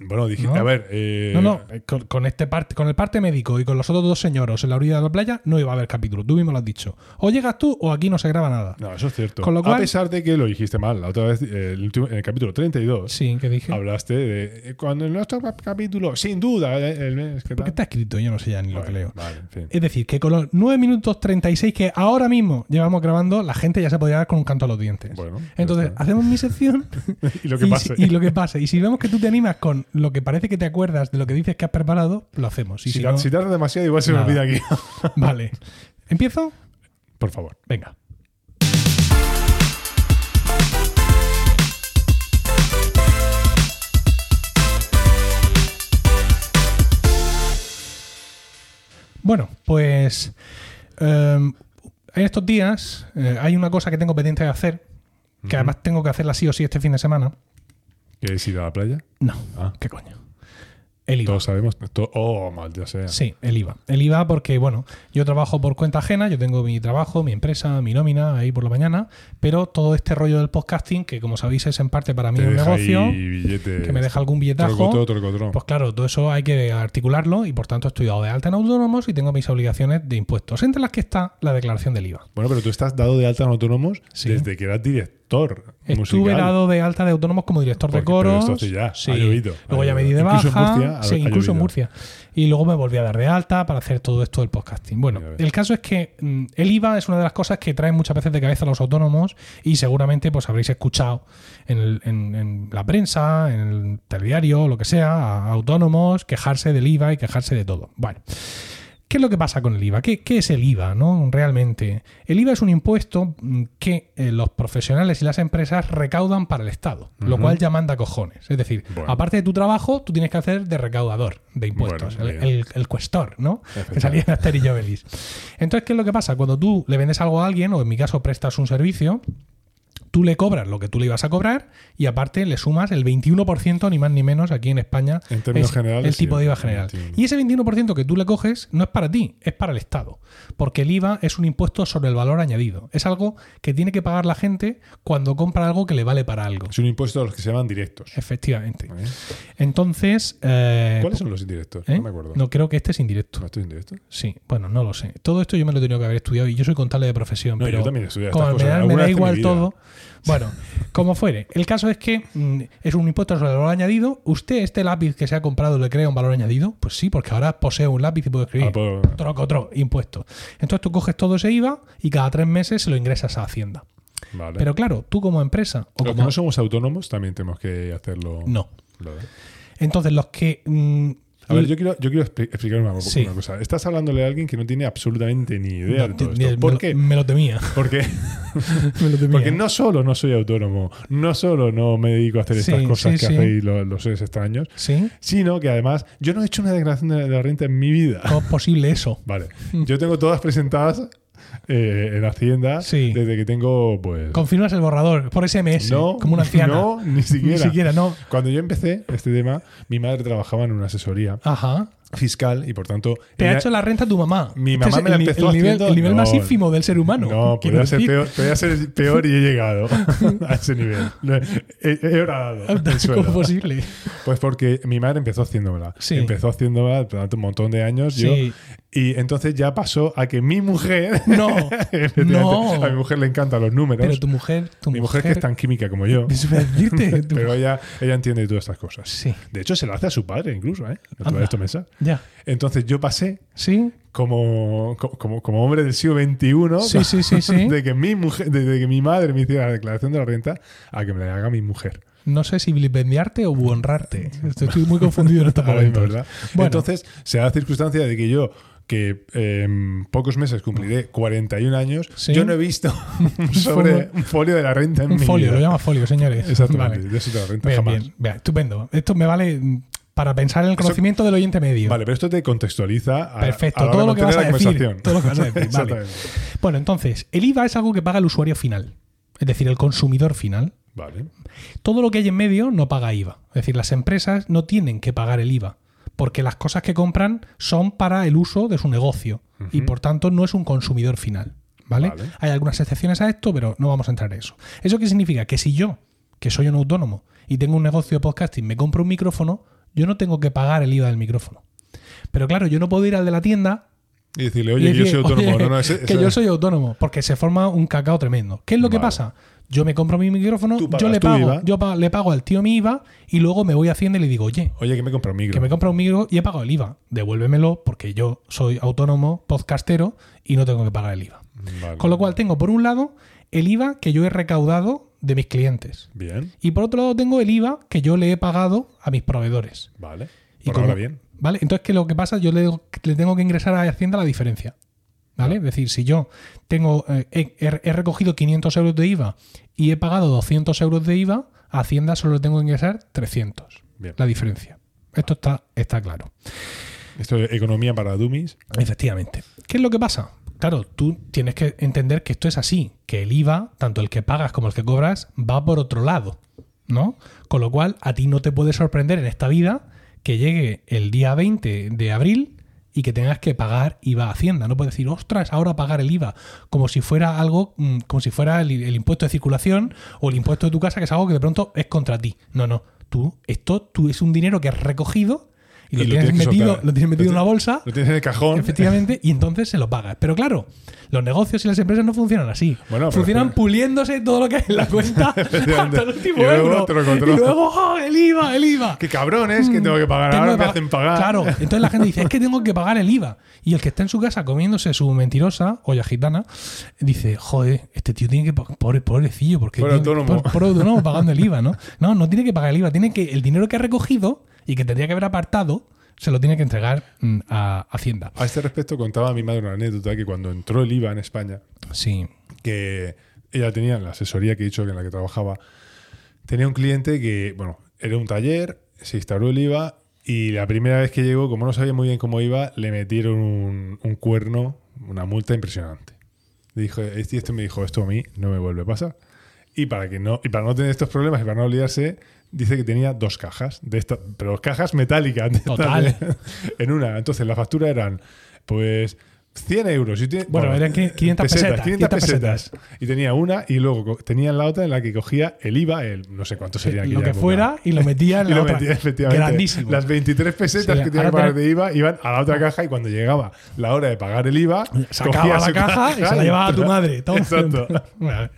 Speaker 2: Bueno, dije,
Speaker 1: ¿No?
Speaker 2: a ver. eh,
Speaker 1: No, no, eh, con, con este parte, con el parte médico y con los otros dos señoros en la orilla de la playa no iba a haber capítulo. Tú mismo lo has dicho. O llegas tú o aquí no se graba nada.
Speaker 2: no, eso es cierto.
Speaker 1: Con lo cual-
Speaker 2: a pesar de que lo dijiste mal, la otra vez, eh, el último- en el capítulo 32,
Speaker 1: Sí, que dije.
Speaker 2: hablaste de. eh, Cuando en nuestro cap- capítulo, sin duda, eh, el mes que
Speaker 1: ¿Por qué está
Speaker 2: tal.
Speaker 1: escrito? Yo no sé ya ni lo
Speaker 2: Bueno,
Speaker 1: que leo. Eh,
Speaker 2: Vale, en fin.
Speaker 1: Es decir, que con los 9 minutos 36 que ahora mismo llevamos grabando, la gente ya se podría dar con un canto a los dientes.
Speaker 2: Bueno, ya
Speaker 1: Entonces,
Speaker 2: está.
Speaker 1: hacemos mi sección
Speaker 2: y lo que
Speaker 1: si-
Speaker 2: pase.
Speaker 1: y lo que pase. Y si vemos que tú te animas con lo que parece que te acuerdas de lo que dices que has preparado, lo hacemos. Y
Speaker 2: si,
Speaker 1: si
Speaker 2: tar-
Speaker 1: no,
Speaker 2: si tarda demasiado, igual se me
Speaker 1: nada.
Speaker 2: olvida aquí.
Speaker 1: vale. ¿Empiezo?
Speaker 2: Por favor.
Speaker 1: Venga. Bueno, pues em, en estos días eh, hay una cosa que tengo pendiente de hacer, que
Speaker 2: Ujú.
Speaker 1: además tengo que hacerla sí o sí este fin de semana.
Speaker 2: ¿Que has ido a la playa?
Speaker 1: No,
Speaker 2: Ah.
Speaker 1: ¿qué coño? El IVA.
Speaker 2: Todos sabemos. to- oh, maldita sea.
Speaker 1: Sí, el IVA. El IVA porque, bueno, yo trabajo por cuenta ajena, yo tengo mi trabajo, mi empresa, mi nómina ahí por la mañana, pero todo este rollo del podcasting, que como sabéis es en parte para mí
Speaker 2: Te
Speaker 1: un
Speaker 2: deja
Speaker 1: negocio,
Speaker 2: ahí eh, billetes.
Speaker 1: que me deja algún billetajo,
Speaker 2: Trocotó, trocotó.
Speaker 1: pues claro, todo eso hay que articularlo y por tanto estoy dado de alta en autónomos y tengo mis obligaciones de impuestos, entre las que está la declaración del IVA.
Speaker 2: Bueno, pero tú estás dado de alta en autónomos
Speaker 1: Sí.
Speaker 2: desde que eras director
Speaker 1: Estuve
Speaker 2: musical.
Speaker 1: dado de alta de autónomos como director de
Speaker 2: Porque- pero
Speaker 1: coros.
Speaker 2: esto hace ya, ha
Speaker 1: sí.
Speaker 2: llovido,
Speaker 1: luego
Speaker 2: ha
Speaker 1: ya me di
Speaker 2: llovido.
Speaker 1: de baja.
Speaker 2: Incluso en Murcia ha-
Speaker 1: sí,
Speaker 2: ha
Speaker 1: incluso en
Speaker 2: llovido.
Speaker 1: Murcia. Y luego me volví a dar de alta para hacer todo esto del podcasting. Bueno,
Speaker 2: Ya ves.
Speaker 1: el caso es que mm, el IVA es una de las cosas que traen muchas veces de cabeza a los autónomos y seguramente pues habréis escuchado en, el- en- en la prensa, en el telediario, lo que sea, a autónomos quejarse del IVA y quejarse de todo. Bueno. ¿Qué es lo que pasa con el IVA? ¿Qué, qué es el IVA ¿no? realmente? El IVA es un impuesto mm, que eh, los profesionales y las empresas recaudan para el Estado, lo
Speaker 2: Ujú.
Speaker 1: cual ya manda cojones. Es decir,
Speaker 2: Bueno.
Speaker 1: aparte de tu trabajo, tú tienes que hacer de recaudador de impuestos,
Speaker 2: Bueno,
Speaker 1: el,
Speaker 2: bien.
Speaker 1: el- el cuestor, ¿no? Que
Speaker 2: Efectivamente.
Speaker 1: salía en Aster y Jovelis. Entonces, ¿qué es lo que pasa? Cuando tú le vendes algo a alguien, o en mi caso prestas un servicio, tú le cobras lo que tú le ibas a cobrar y aparte le sumas el 21%, ni más ni menos, aquí en España.
Speaker 2: En términos
Speaker 1: es
Speaker 2: generales,
Speaker 1: El
Speaker 2: sí,
Speaker 1: tipo de IVA
Speaker 2: el
Speaker 1: general.
Speaker 2: 21.
Speaker 1: Y ese 21% que tú le coges no es para ti, es para el Estado. Porque el IVA es un impuesto sobre el valor añadido. Es algo que tiene que pagar la gente cuando compra algo que le vale para algo.
Speaker 2: Es un impuesto a los que se llaman directos.
Speaker 1: Efectivamente.
Speaker 2: ¿Eh?
Speaker 1: Entonces. eh,
Speaker 2: ¿Cuáles son los indirectos?
Speaker 1: ¿eh?
Speaker 2: No me acuerdo.
Speaker 1: No, creo que este es indirecto.
Speaker 2: ¿No estoy indirecto?
Speaker 1: Sí, bueno, no lo sé. Todo esto yo me lo he tenido que haber estudiado y yo soy contable de profesión,
Speaker 2: No,
Speaker 1: pero
Speaker 2: yo también estudié
Speaker 1: como
Speaker 2: estas
Speaker 1: me
Speaker 2: cosas.
Speaker 1: da, me
Speaker 2: alguna
Speaker 1: da
Speaker 2: vez en mi
Speaker 1: igual
Speaker 2: vida.
Speaker 1: todo. Bueno, como fuere, el caso es que mm, es un impuesto sobre el valor añadido. ¿Usted este lápiz que se ha comprado le crea un valor añadido? Pues sí, porque ahora posee un lápiz y puede escribir.
Speaker 2: Ah, puedo-
Speaker 1: Troco, tro, impuesto. Entonces tú coges todo ese IVA y cada tres meses se lo ingresas a Hacienda.
Speaker 2: Vale.
Speaker 1: Pero claro, tú como empresa o
Speaker 2: los
Speaker 1: como
Speaker 2: que no somos autónomos también tenemos que hacerlo.
Speaker 1: No.
Speaker 2: Lo de-
Speaker 1: Entonces los que mm,
Speaker 2: A ver, yo quiero, yo quiero expli- explicar una, una
Speaker 1: Sí.
Speaker 2: cosa. Estás hablándole a alguien que no tiene absolutamente ni idea de
Speaker 1: no,
Speaker 2: todo
Speaker 1: te-
Speaker 2: esto.
Speaker 1: me
Speaker 2: ¿Por
Speaker 1: lo-
Speaker 2: qué?
Speaker 1: Me lo temía.
Speaker 2: Porque,
Speaker 1: Me lo temía.
Speaker 2: porque no solo no soy autónomo, no solo no me dedico a hacer estas
Speaker 1: Sí,
Speaker 2: cosas
Speaker 1: sí,
Speaker 2: que
Speaker 1: sí.
Speaker 2: hacéis los, los seres extraños,
Speaker 1: ¿Sí?
Speaker 2: sino que además yo no he hecho una declaración de la renta en mi vida.
Speaker 1: ¿Cómo es posible eso?
Speaker 2: Vale,
Speaker 1: Hmm.
Speaker 2: yo tengo todas presentadas eh, en Hacienda
Speaker 1: Sí.
Speaker 2: desde que tengo, pues...
Speaker 1: Confirmas el borrador por SMS,
Speaker 2: no,
Speaker 1: como una anciana.
Speaker 2: No, ni siquiera.
Speaker 1: Ni siquiera, no.
Speaker 2: Cuando yo empecé este tema, mi madre trabajaba en una asesoría
Speaker 1: Ajá.
Speaker 2: fiscal y por tanto...
Speaker 1: Te ha
Speaker 2: ella-
Speaker 1: hecho la renta tu mamá.
Speaker 2: Mi
Speaker 1: Este
Speaker 2: mamá
Speaker 1: es
Speaker 2: me la
Speaker 1: el, ni-
Speaker 2: empezó
Speaker 1: el nivel,
Speaker 2: haciendo-
Speaker 1: el nivel
Speaker 2: No,
Speaker 1: más ínfimo del ser humano.
Speaker 2: No,
Speaker 1: quiero
Speaker 2: podría ser,
Speaker 1: decir.
Speaker 2: peor, podría ser peor y he llegado a ese nivel. He, he bradado el suelo.
Speaker 1: Ah, ¿Cómo es posible?
Speaker 2: Pues porque mi madre empezó haciéndola.
Speaker 1: Sí.
Speaker 2: Empezó haciéndola durante un montón de años. Yo,
Speaker 1: Sí.
Speaker 2: y entonces ya pasó a que mi mujer.
Speaker 1: No,
Speaker 2: Efectivamente,
Speaker 1: No.
Speaker 2: A mi mujer le encantan los números.
Speaker 1: pero tu mujer, tu
Speaker 2: mi mujer, que es tan química como yo.
Speaker 1: Eso iba a decirte, tu-
Speaker 2: Pero ella, ella entiende todas estas cosas.
Speaker 1: Sí,
Speaker 2: De hecho, se lo hace a su padre incluso, ¿eh? No te
Speaker 1: Anda.
Speaker 2: vayas tú a pensar.
Speaker 1: ya.
Speaker 2: Entonces yo pasé
Speaker 1: Sí,
Speaker 2: como, co- como, como hombre del siglo XXI,
Speaker 1: Sí, sí, sí, sí.
Speaker 2: de que mi mujer, de, de que mi madre me hiciera la declaración de la renta, a que me la haga mi mujer.
Speaker 1: no sé si vilipendiarte o honrarte. Estoy muy confundido en este estos
Speaker 2: Ahora mismo,
Speaker 1: momentos.
Speaker 2: ¿verdad?
Speaker 1: Bueno.
Speaker 2: Entonces, se da la circunstancia de que yo, que eh, en pocos meses cumpliré 41 años,
Speaker 1: Mm. Sí.
Speaker 2: yo no he visto un, sobre, un folio de la renta en
Speaker 1: Un
Speaker 2: mi
Speaker 1: folio,
Speaker 2: vida.
Speaker 1: lo llama folio, señores.
Speaker 2: Exactamente,
Speaker 1: Vale.
Speaker 2: de eso de la renta
Speaker 1: Bien,
Speaker 2: jamás.
Speaker 1: bien, bien. Estupendo. Esto me vale mm, para pensar en el conocimiento del oyente medio.
Speaker 2: Vale, pero esto te contextualiza a,
Speaker 1: Perfecto,
Speaker 2: a la hora
Speaker 1: todo
Speaker 2: de
Speaker 1: lo que vas a
Speaker 2: mantener la
Speaker 1: decir.
Speaker 2: conversación.
Speaker 1: Todo lo que vas a decir. Vale.
Speaker 2: Exactamente.
Speaker 1: Bueno, entonces, el IVA es algo que paga el usuario final, es decir, el consumidor final.
Speaker 2: Vale.
Speaker 1: Todo lo que hay en medio no paga IVA. Es decir, las empresas no tienen que pagar el IVA, porque las cosas que compran son para el uso de su negocio y por tanto no es un consumidor final. ¿vale?
Speaker 2: Vale.
Speaker 1: Hay algunas excepciones a esto, pero no vamos a entrar en eso. ¿Eso qué significa? Que si yo, que soy un autónomo y tengo un negocio de podcasting, me compro un micrófono, yo no tengo que pagar el IVA del micrófono. Pero claro, yo no puedo ir al de la tienda
Speaker 2: Y decirle, oye,
Speaker 1: y
Speaker 2: que yo soy
Speaker 1: decir,
Speaker 2: autónomo.
Speaker 1: "Oye,
Speaker 2: no, no, ese-
Speaker 1: que
Speaker 2: ese-
Speaker 1: yo soy autónomo, porque se forma un cacao tremendo. ¿Qué es lo que
Speaker 2: Vale.
Speaker 1: pasa? Yo me compro mi micrófono,
Speaker 2: Tú
Speaker 1: yo
Speaker 2: pagas
Speaker 1: le
Speaker 2: tu
Speaker 1: pago,
Speaker 2: IVA.
Speaker 1: yo pa- le pago al tío mi IVA y luego me voy a Hacienda y le digo, oye,
Speaker 2: Oye, que me compro un micro.
Speaker 1: que me he comprado un micro y he pagado el IVA, devuélvemelo porque yo soy autónomo, podcastero y no tengo que pagar el IVA.
Speaker 2: Vale.
Speaker 1: Con lo cual tengo, por un lado, el IVA que yo he recaudado de mis clientes.
Speaker 2: Bien,
Speaker 1: Y por otro lado tengo el IVA que yo le he pagado a mis proveedores.
Speaker 2: vale.
Speaker 1: Y
Speaker 2: Por
Speaker 1: como-
Speaker 2: ahora bien.
Speaker 1: ¿Vale? Entonces, ¿qué es lo que pasa? Yo le, le tengo que ingresar a Hacienda la diferencia. ¿Vale? Es decir, si yo tengo eh, he, he recogido 500 euros de IVA y he pagado 200 euros de IVA, a Hacienda solo tengo que ingresar 300.
Speaker 2: Bien.
Speaker 1: La diferencia. Esto está, está claro.
Speaker 2: Esto es economía para dummies.
Speaker 1: Efectivamente. ¿Qué es lo que pasa? Claro, tú tienes que entender que esto es así, que el IVA, tanto el que pagas como el que cobras, va por otro lado, ¿no? Con lo cual, a ti no te puede sorprender en esta vida que llegue el día 20 de abril y que tengas que pagar IVA a Hacienda. No puedes decir, ostras, ahora pagar el IVA, como si fuera algo, mm, como si fuera el, el impuesto de circulación o el impuesto de tu casa, que es algo que de pronto es contra ti. No, no. Tú, esto tú es un dinero que has recogido y lo,
Speaker 2: Y lo
Speaker 1: tienes,
Speaker 2: tienes que
Speaker 1: metido,
Speaker 2: soltar.
Speaker 1: lo tienes metido en una bolsa.
Speaker 2: Lo tienes en el cajón.
Speaker 1: Efectivamente, y entonces se lo pagas. Pero claro, los negocios y las empresas no funcionan así.
Speaker 2: Bueno, pero-
Speaker 1: funcionan puliéndose todo lo que hay en la cuenta hasta el último
Speaker 2: Y luego
Speaker 1: euro.
Speaker 2: te lo controlan.
Speaker 1: Y luego, ¡oh, el IVA, el IVA!
Speaker 2: ¡Qué cabrón es que tengo que pagar!
Speaker 1: Tengo
Speaker 2: Ahora
Speaker 1: que
Speaker 2: me
Speaker 1: pagar-
Speaker 2: hacen pagar.
Speaker 1: Claro, entonces la gente dice, es que tengo que pagar el IVA. Y el que está en su casa comiéndose su mentirosa, olla gitana, dice, joder, este tío tiene que pa- pobre, pobrecillo, porque
Speaker 2: Pobre
Speaker 1: tiene-
Speaker 2: autónomo.
Speaker 1: po- pobre autónomo pagando el IVA, ¿no? No, no tiene que pagar el IVA, tiene que el dinero que ha recogido y que tendría que haber apartado, se lo tiene que entregar mm, a Hacienda.
Speaker 2: A este respecto contaba mi madre una anécdota que cuando entró el IVA en España,
Speaker 1: Sí.
Speaker 2: que ella tenía en la asesoría que he dicho que en la que trabajaba, tenía un cliente que, bueno, era un taller, se instaló el IVA y la primera vez que llegó, como no sabía muy bien cómo iba, le metieron un, un cuerno, una multa impresionante. Dijo, este, este me dijo, esto a mí no me vuelve a pasar. Y para, que no, y para no tener estos problemas y para no olvidarse, dice que tenía dos cajas, de estas, pero cajas metálicas. de estas
Speaker 1: Total.
Speaker 2: de- en una. Entonces la factura eran, pues, 100 euros. Y tiene-
Speaker 1: Bueno, eran que- 500 pesetas,
Speaker 2: 500
Speaker 1: 500
Speaker 2: pesetas. Y tenía una y luego co- tenía la otra en la que cogía el IVA, el no sé cuánto sería.
Speaker 1: Eh, lo
Speaker 2: aquella
Speaker 1: que
Speaker 2: época.
Speaker 1: fuera y lo metía en
Speaker 2: Y
Speaker 1: la
Speaker 2: lo
Speaker 1: otra.
Speaker 2: metía, efectivamente.
Speaker 1: Grandísimo.
Speaker 2: Las 23 pesetas
Speaker 1: Sí,
Speaker 2: que tenía que
Speaker 1: ahora
Speaker 2: pagar de IVA iban a la otra caja y cuando llegaba la hora de pagar el IVA,
Speaker 1: Sacaba
Speaker 2: cogía
Speaker 1: la
Speaker 2: su
Speaker 1: caja y se la llevaba a tu
Speaker 2: entraba.
Speaker 1: madre. Toma.
Speaker 2: Exacto.
Speaker 1: Vale.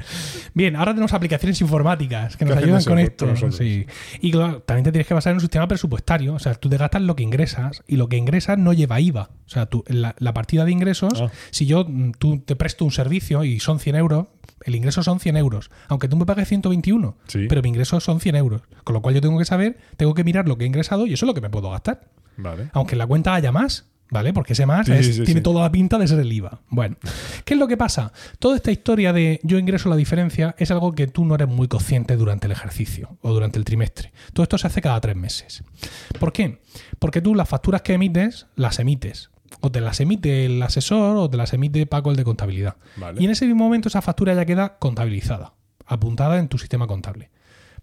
Speaker 1: Bien, ahora tenemos aplicaciones informáticas que nos
Speaker 2: Que hacen
Speaker 1: ayudan
Speaker 2: eso
Speaker 1: con
Speaker 2: por-
Speaker 1: esto.
Speaker 2: por nosotros.
Speaker 1: sí. Y claro, también te tienes que basar en un sistema presupuestario. O sea, tú te gastas lo que ingresas y lo que ingresas no lleva IVA. O sea, tú, la, la partida de ingresos,
Speaker 2: Ah.
Speaker 1: si yo mm, tú te presto un servicio y son 100 euros, el ingreso son 100 euros. Aunque tú me pagues 121,
Speaker 2: Sí.
Speaker 1: pero mi ingreso son 100 euros. Con lo cual yo tengo que saber, tengo que mirar lo que he ingresado y eso es lo que me puedo gastar
Speaker 2: Vale.
Speaker 1: aunque en la cuenta haya más, ¿vale? Porque ese más
Speaker 2: Sí,
Speaker 1: es-
Speaker 2: sí, sí,
Speaker 1: tiene
Speaker 2: sí.
Speaker 1: toda la pinta de ser el IVA. Bueno, ¿qué es lo que pasa? Toda esta historia de yo ingreso la diferencia es algo que tú no eres muy consciente durante el ejercicio o durante el trimestre. Todo esto se hace cada tres meses. ¿Por qué? Porque tú las facturas que emites, las emites. O te las emite el asesor o te las emite Paco el de contabilidad.
Speaker 2: Vale.
Speaker 1: Y en ese mismo momento esa factura ya queda contabilizada, apuntada en tu sistema contable.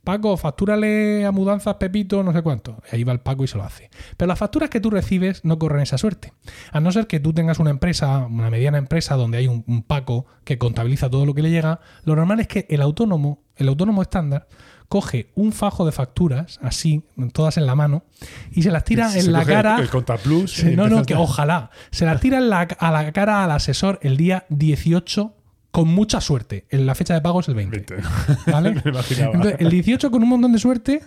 Speaker 1: Paco, factúrale a mudanzas Pepito, no sé cuánto. Ahí va el Paco y se lo hace. Pero las facturas que tú recibes no corren esa suerte. A no ser que tú tengas una empresa, una mediana empresa donde hay un, un Paco que contabiliza todo lo que le llega, lo normal es que el autónomo, el autónomo estándar, coge un fajo de facturas, así, todas en la mano, y se las tira
Speaker 2: Se
Speaker 1: en la
Speaker 2: coge el-
Speaker 1: cara.
Speaker 2: El, Contaplus.
Speaker 1: Se-
Speaker 2: y
Speaker 1: no, no,
Speaker 2: empiezas
Speaker 1: que
Speaker 2: a-
Speaker 1: ojalá. Se la tira en la- a la cara al asesor el día 18 con mucha suerte. En la fecha de pago es el 20.
Speaker 2: 20.
Speaker 1: ¿vale?
Speaker 2: Me imaginaba.
Speaker 1: Entonces, el 18 con un montón de suerte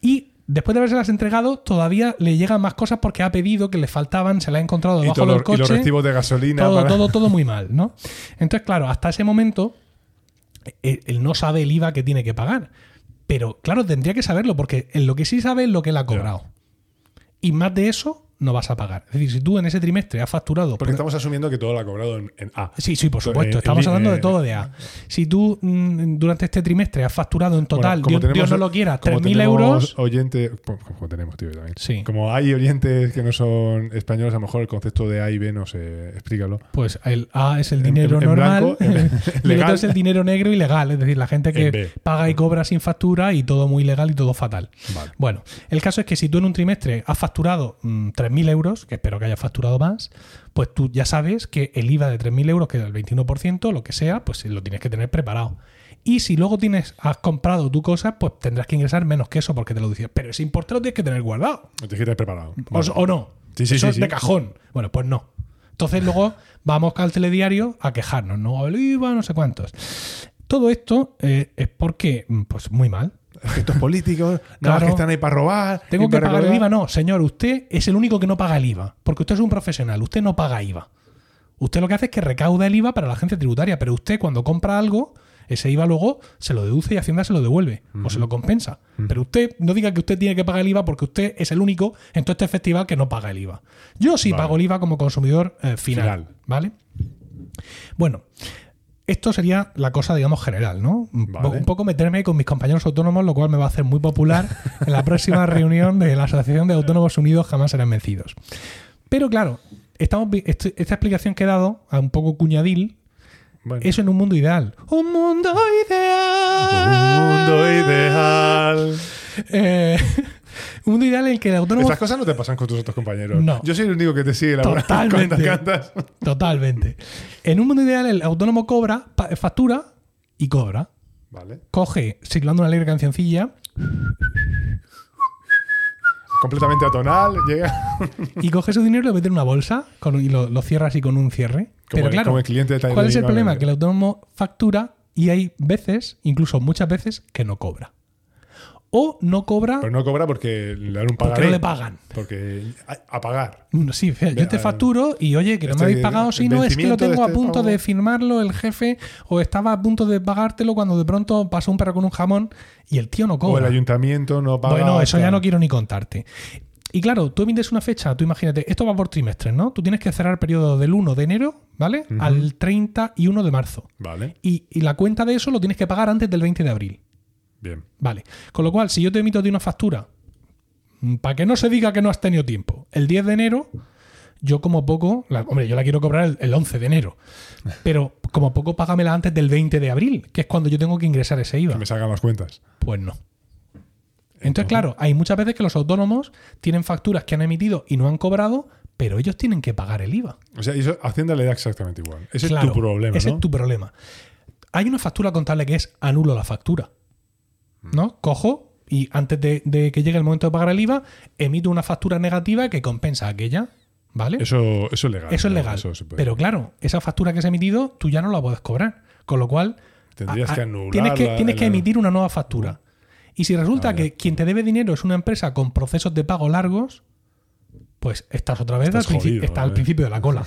Speaker 1: y después de haberse las entregado todavía le llegan más cosas porque ha pedido que le faltaban, se la ha encontrado
Speaker 2: y,
Speaker 1: debajo
Speaker 2: todo-
Speaker 1: del
Speaker 2: y
Speaker 1: coche.
Speaker 2: los recibos de gasolina.
Speaker 1: todo,
Speaker 2: para-
Speaker 1: todo, todo muy mal, ¿no? Entonces, claro, hasta ese momento él, él no sabe el IVA que tiene que pagar. Pero, claro, tendría que saberlo, porque en lo que sí sabe es lo que él ha cobrado. Y más de eso no vas a pagar. Es decir, si tú en ese trimestre has facturado.
Speaker 2: Porque
Speaker 1: por-
Speaker 2: estamos asumiendo que todo lo ha cobrado en, en A.
Speaker 1: Sí, sí, por
Speaker 2: Entonces,
Speaker 1: supuesto.
Speaker 2: eh,
Speaker 1: Estamos
Speaker 2: el-
Speaker 1: hablando de
Speaker 2: eh,
Speaker 1: todo de A. Si tú mm, durante este trimestre has facturado en total,
Speaker 2: Bueno, como
Speaker 1: Dios, Dios
Speaker 2: tenemos-
Speaker 1: no lo quiera,
Speaker 2: como
Speaker 1: 3.000
Speaker 2: tenemos
Speaker 1: euros.
Speaker 2: oyentes- como, como tenemos, tío, también.
Speaker 1: Sí.
Speaker 2: Como hay oyentes que no son españoles, a lo mejor el concepto de A y B no sé, explícalo.
Speaker 1: Pues el A es el dinero
Speaker 2: en- en
Speaker 1: normal,
Speaker 2: blanco, en-
Speaker 1: y el otro
Speaker 2: legal.
Speaker 1: es el dinero negro ilegal, es decir, la gente
Speaker 2: En
Speaker 1: que
Speaker 2: B.
Speaker 1: paga y cobra sin factura y todo muy ilegal y todo fatal.
Speaker 2: Vale.
Speaker 1: Bueno, el caso es que si tú en un trimestre has facturado mm, 3.000 euros, que espero que hayas facturado más, pues tú ya sabes que el IVA de 3.000 euros, que es el 21%, lo que sea, pues lo tienes que tener preparado. Y si luego tienes, has comprado tú cosas, pues tendrás que ingresar menos que eso porque te lo dices. Pero ese importe lo tienes que tener guardado.
Speaker 2: No te quieres preparado.
Speaker 1: O-
Speaker 2: Vale.
Speaker 1: O, no.
Speaker 2: Sí, sí,
Speaker 1: Eso
Speaker 2: sí,
Speaker 1: es
Speaker 2: sí.
Speaker 1: de cajón. Bueno, pues no. Entonces luego vamos al telediario a quejarnos, ¿no? El IVA, no sé cuántos. Todo esto eh, es porque, mm, pues muy mal.
Speaker 2: Es que Estos políticos, nada más
Speaker 1: Claro.
Speaker 2: que están ahí para robar. y
Speaker 1: Tengo que
Speaker 2: para
Speaker 1: pagar el
Speaker 2: colgar.
Speaker 1: IVA. No, señor, usted es el único que no paga el IVA. Porque usted es un profesional, usted no paga IVA. Usted lo que hace es que recauda el IVA para la agencia tributaria, pero usted cuando compra algo, ese IVA luego se lo deduce y Hacienda se lo devuelve o se lo compensa. Pero usted no diga que usted tiene que pagar el IVA porque usted es el único en todo este festival que no paga el IVA. Yo sí
Speaker 2: Vale.
Speaker 1: pago el IVA como consumidor eh, final,
Speaker 2: Final.
Speaker 1: ¿Vale? Bueno, esto sería la cosa, digamos, general, ¿no? Un po-
Speaker 2: Vale.
Speaker 1: Un poco meterme con mis compañeros autónomos, lo cual me va a hacer muy popular en la próxima reunión de la Asociación de Autónomos Unidos Jamás Serán Vencidos. Pero claro, estamos, vi- est- esta explicación que he dado, a un poco cuñadil,
Speaker 2: Bueno.
Speaker 1: eso en un mundo ideal. Un mundo
Speaker 2: Un
Speaker 1: ideal.
Speaker 2: mundo ideal.
Speaker 1: Eh, un mundo ideal en el que el autónomo...
Speaker 2: Esas cosas no te pasan con tus otros compañeros.
Speaker 1: No.
Speaker 2: Yo soy el único que te sigue la verdad,
Speaker 1: Totalmente.
Speaker 2: cuando cantas.
Speaker 1: Totalmente. En un mundo ideal el autónomo cobra, pa- factura y cobra.
Speaker 2: Vale.
Speaker 1: Coge, ciclando una alegre cancioncilla,
Speaker 2: Completamente atonal. Llega.
Speaker 1: y coge su dinero y lo mete en una bolsa con- y lo, lo cierra así con un cierre.
Speaker 2: Como
Speaker 1: Pero
Speaker 2: el-
Speaker 1: claro,
Speaker 2: como el cliente de Tyler
Speaker 1: ¿cuál es el
Speaker 2: Durden.
Speaker 1: problema? Que el autónomo factura y hay veces, incluso muchas veces, que no cobra. O no cobra
Speaker 2: Pero no cobra porque le dan un pagaré.
Speaker 1: porque no le pagan.
Speaker 2: Porque a, a pagar.
Speaker 1: Mm, Sí, fea,
Speaker 2: Ve-
Speaker 1: yo te
Speaker 2: al-
Speaker 1: facturo y oye, que no me
Speaker 2: Este
Speaker 1: habéis pagado, si no es que lo
Speaker 2: vencimiento de
Speaker 1: tengo a
Speaker 2: este
Speaker 1: punto de
Speaker 2: pago.
Speaker 1: firmarlo el jefe o estaba a punto de pagártelo cuando de pronto pasó un perro con un jamón y el tío no
Speaker 2: O el
Speaker 1: cobra.
Speaker 2: ayuntamiento ah, no paga.
Speaker 1: Bueno, eso
Speaker 2: o sea,
Speaker 1: ya no quiero ni contarte. Y claro, tú emites una fecha, tú imagínate, esto va por trimestres, ¿no? Tú tienes que cerrar el periodo del 1 de enero, ¿vale? Al 31 de marzo.
Speaker 2: Vale.
Speaker 1: Y, y la cuenta de eso lo tienes que pagar antes del 20 de abril,
Speaker 2: Bien.
Speaker 1: ¿vale? Con lo cual, si yo te emito de una factura, para que no se diga que no has tenido tiempo, el 10 de enero, yo como poco, la- hombre, yo la quiero cobrar el, el 11 de enero, pero como poco págamela antes del 20 de abril, que es cuando yo tengo que ingresar ese IVA.
Speaker 2: Que me salgan las cuentas.
Speaker 1: Pues no. Entonces, claro, hay muchas veces que los autónomos tienen facturas que han emitido y no han cobrado, pero ellos tienen que pagar el IVA.
Speaker 2: O sea, y eso, Hacienda le da exactamente igual. Ese
Speaker 1: Claro,
Speaker 2: es tu problema,
Speaker 1: Ese
Speaker 2: ¿no?
Speaker 1: es tu problema. Hay una factura contable que es anulo la factura.
Speaker 2: Mm.
Speaker 1: ¿No? Cojo y antes de, de que llegue el momento de pagar el IVA, emito una factura negativa que compensa aquella. ¿Vale?
Speaker 2: Eso, eso es legal.
Speaker 1: Eso es
Speaker 2: ¿no?
Speaker 1: legal.
Speaker 2: Eso se puede.
Speaker 1: Pero claro, esa factura que se ha emitido, tú ya no la puedes cobrar. Con lo cual,
Speaker 2: Tendrías
Speaker 1: a- a-
Speaker 2: que anular
Speaker 1: Tienes que,
Speaker 2: la-
Speaker 1: tienes que
Speaker 2: la-
Speaker 1: emitir una nueva factura. Y si resulta
Speaker 2: Ah, ya.
Speaker 1: que quien te debe dinero es una empresa con procesos de pago largos, pues estás otra vez
Speaker 2: Estás
Speaker 1: al, princi-
Speaker 2: jodido, eh.
Speaker 1: estás al
Speaker 2: ¿vale?
Speaker 1: principio de la cola.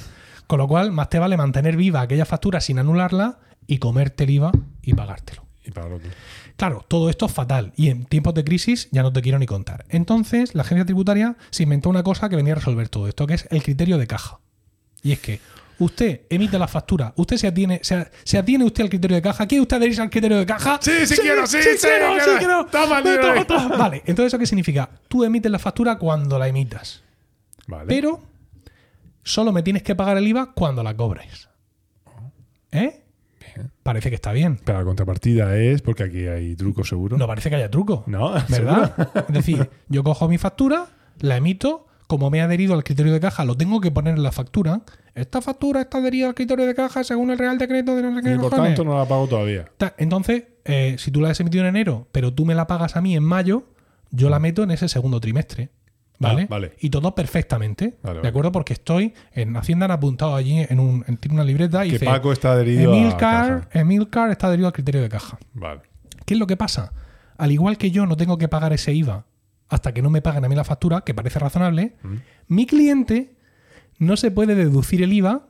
Speaker 1: Con lo cual, más te vale mantener viva aquella factura sin anularla y comerte el IVA y pagártelo.
Speaker 2: Y para lo que-
Speaker 1: Claro, todo esto es fatal y en tiempos de crisis ya no te quiero ni contar. Entonces, la agencia tributaria se inventó una cosa que venía a resolver todo esto, que es el criterio de caja. Y es que usted emite la factura, usted se atiene, se, se atiene usted al criterio de caja, ¿quiere usted adherirse al criterio de caja?
Speaker 2: Sí, sí quiero, sí, sí,
Speaker 1: quiero,
Speaker 2: quiero.
Speaker 1: sí quiero.
Speaker 2: Toma eh. el dinero ahí.
Speaker 1: toma. Vale, entonces ¿eso qué significa? Tú emites la factura cuando la emitas,
Speaker 2: Vale.
Speaker 1: pero solo me tienes que pagar el IVA cuando la cobres. ¿Eh? Parece que está bien.
Speaker 2: Pero la contrapartida es, porque aquí hay truco seguro.
Speaker 1: No parece que haya truco.
Speaker 2: No,
Speaker 1: ¿Verdad? Es decir, yo cojo mi factura, la emito, como me he adherido al criterio de caja, lo tengo que poner en la factura. Esta factura está adherida al criterio de caja según el Real Decreto de no sé qué
Speaker 2: Y por
Speaker 1: cojones.
Speaker 2: tanto no la pago todavía.
Speaker 1: Ta- Entonces, eh, si tú la has emitido en enero, pero tú me la pagas a mí en mayo, yo la meto en ese segundo trimestre. ¿Vale?
Speaker 2: Ah, vale.
Speaker 1: Y todo perfectamente.
Speaker 2: Vale,
Speaker 1: ¿De
Speaker 2: vale.
Speaker 1: acuerdo? Porque estoy en Hacienda, han apuntado allí en, un, en- tiene una libreta y
Speaker 2: Que
Speaker 1: dice:
Speaker 2: Paco está adherido a
Speaker 1: Emilcar,
Speaker 2: caja.
Speaker 1: Emilcar está adherido al criterio de caja.
Speaker 2: Vale.
Speaker 1: ¿Qué es lo que pasa? Al igual que yo no tengo que pagar ese IVA hasta que no me paguen a mí la factura, que parece razonable, mi cliente no se puede deducir el IVA,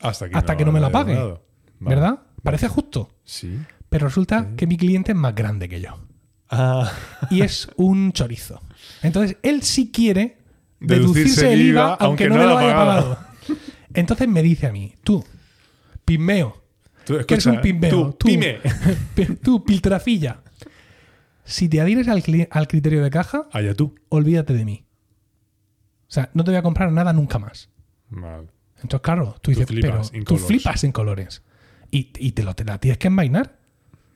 Speaker 2: Hasta que,
Speaker 1: Hasta que no me la
Speaker 2: haya
Speaker 1: pague.
Speaker 2: donado. Vale.
Speaker 1: ¿verdad? Parece justo,
Speaker 2: Sí.
Speaker 1: pero resulta que mi cliente es más grande que yo
Speaker 2: Ah.
Speaker 1: y es un chorizo. Entonces, él sí quiere
Speaker 2: Deducirse
Speaker 1: deducirse el IVA, aunque, no, me lo
Speaker 2: ha
Speaker 1: haya
Speaker 2: pagado.
Speaker 1: pagado. Entonces me dice a mí, tú, pimeo,
Speaker 2: Tú,
Speaker 1: que eres
Speaker 2: escucha,
Speaker 1: un pimbeo.
Speaker 2: Tú, pime.
Speaker 1: pi- tú, piltrafilla. Si te adhieres al cli- al criterio de caja,
Speaker 2: Allá tú.
Speaker 1: olvídate de mí. O sea, no te voy a comprar nada nunca más.
Speaker 2: Vale.
Speaker 1: Entonces, claro, tú dices,
Speaker 2: flipas
Speaker 1: pero
Speaker 2: en
Speaker 1: tú
Speaker 2: colores.
Speaker 1: flipas en colores. Y, y te, lo, te la tienes que envainar.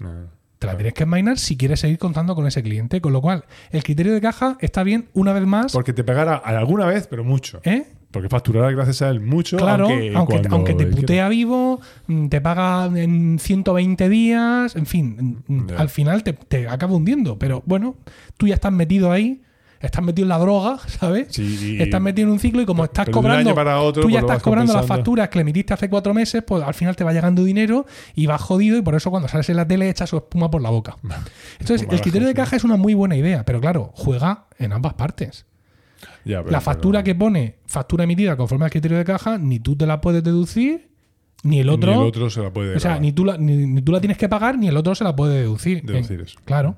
Speaker 2: No.
Speaker 1: Te la tienes que envainar si quieres seguir contando con ese cliente. Con lo cual, el criterio de caja está bien una vez más.
Speaker 2: Porque te pegará alguna vez, pero mucho.
Speaker 1: ¿eh?
Speaker 2: Porque facturará gracias a él mucho.
Speaker 1: Claro,
Speaker 2: aunque,
Speaker 1: aunque, aunque,
Speaker 2: cuando
Speaker 1: te
Speaker 2: él quiera.
Speaker 1: putea vivo, mm, te paga en 120 días, en fin, mm,
Speaker 2: Ya.
Speaker 1: al final te, te acaba hundiendo. Pero bueno, tú ya estás metido ahí, estás metido en la droga, ¿sabes?
Speaker 2: Sí, y-
Speaker 1: estás metido en un ciclo y como estás
Speaker 2: pero de un
Speaker 1: cobrando,
Speaker 2: año para otro,
Speaker 1: tú ya
Speaker 2: pues lo
Speaker 1: estás
Speaker 2: vas
Speaker 1: cobrando las
Speaker 2: compensando.
Speaker 1: facturas que le emitiste hace cuatro meses, pues al final te va llegando dinero y vas jodido y por eso cuando sales en la tele echa su espuma por la boca. Entonces, el
Speaker 2: barajas,
Speaker 1: criterio de
Speaker 2: sí.
Speaker 1: caja es una muy buena idea, pero claro, juega en ambas partes.
Speaker 2: Ya, pero-
Speaker 1: La factura que pone factura emitida conforme al criterio de caja, ni tú te la puedes deducir, ni el
Speaker 2: pero-
Speaker 1: otro.
Speaker 2: ni el otro se la puede.
Speaker 1: o sea,
Speaker 2: grabar.
Speaker 1: ni tú, la, ni, ni tú la tienes que pagar, ni el otro se la puede deducir.
Speaker 2: Deducir
Speaker 1: Eh,
Speaker 2: eso.
Speaker 1: Claro.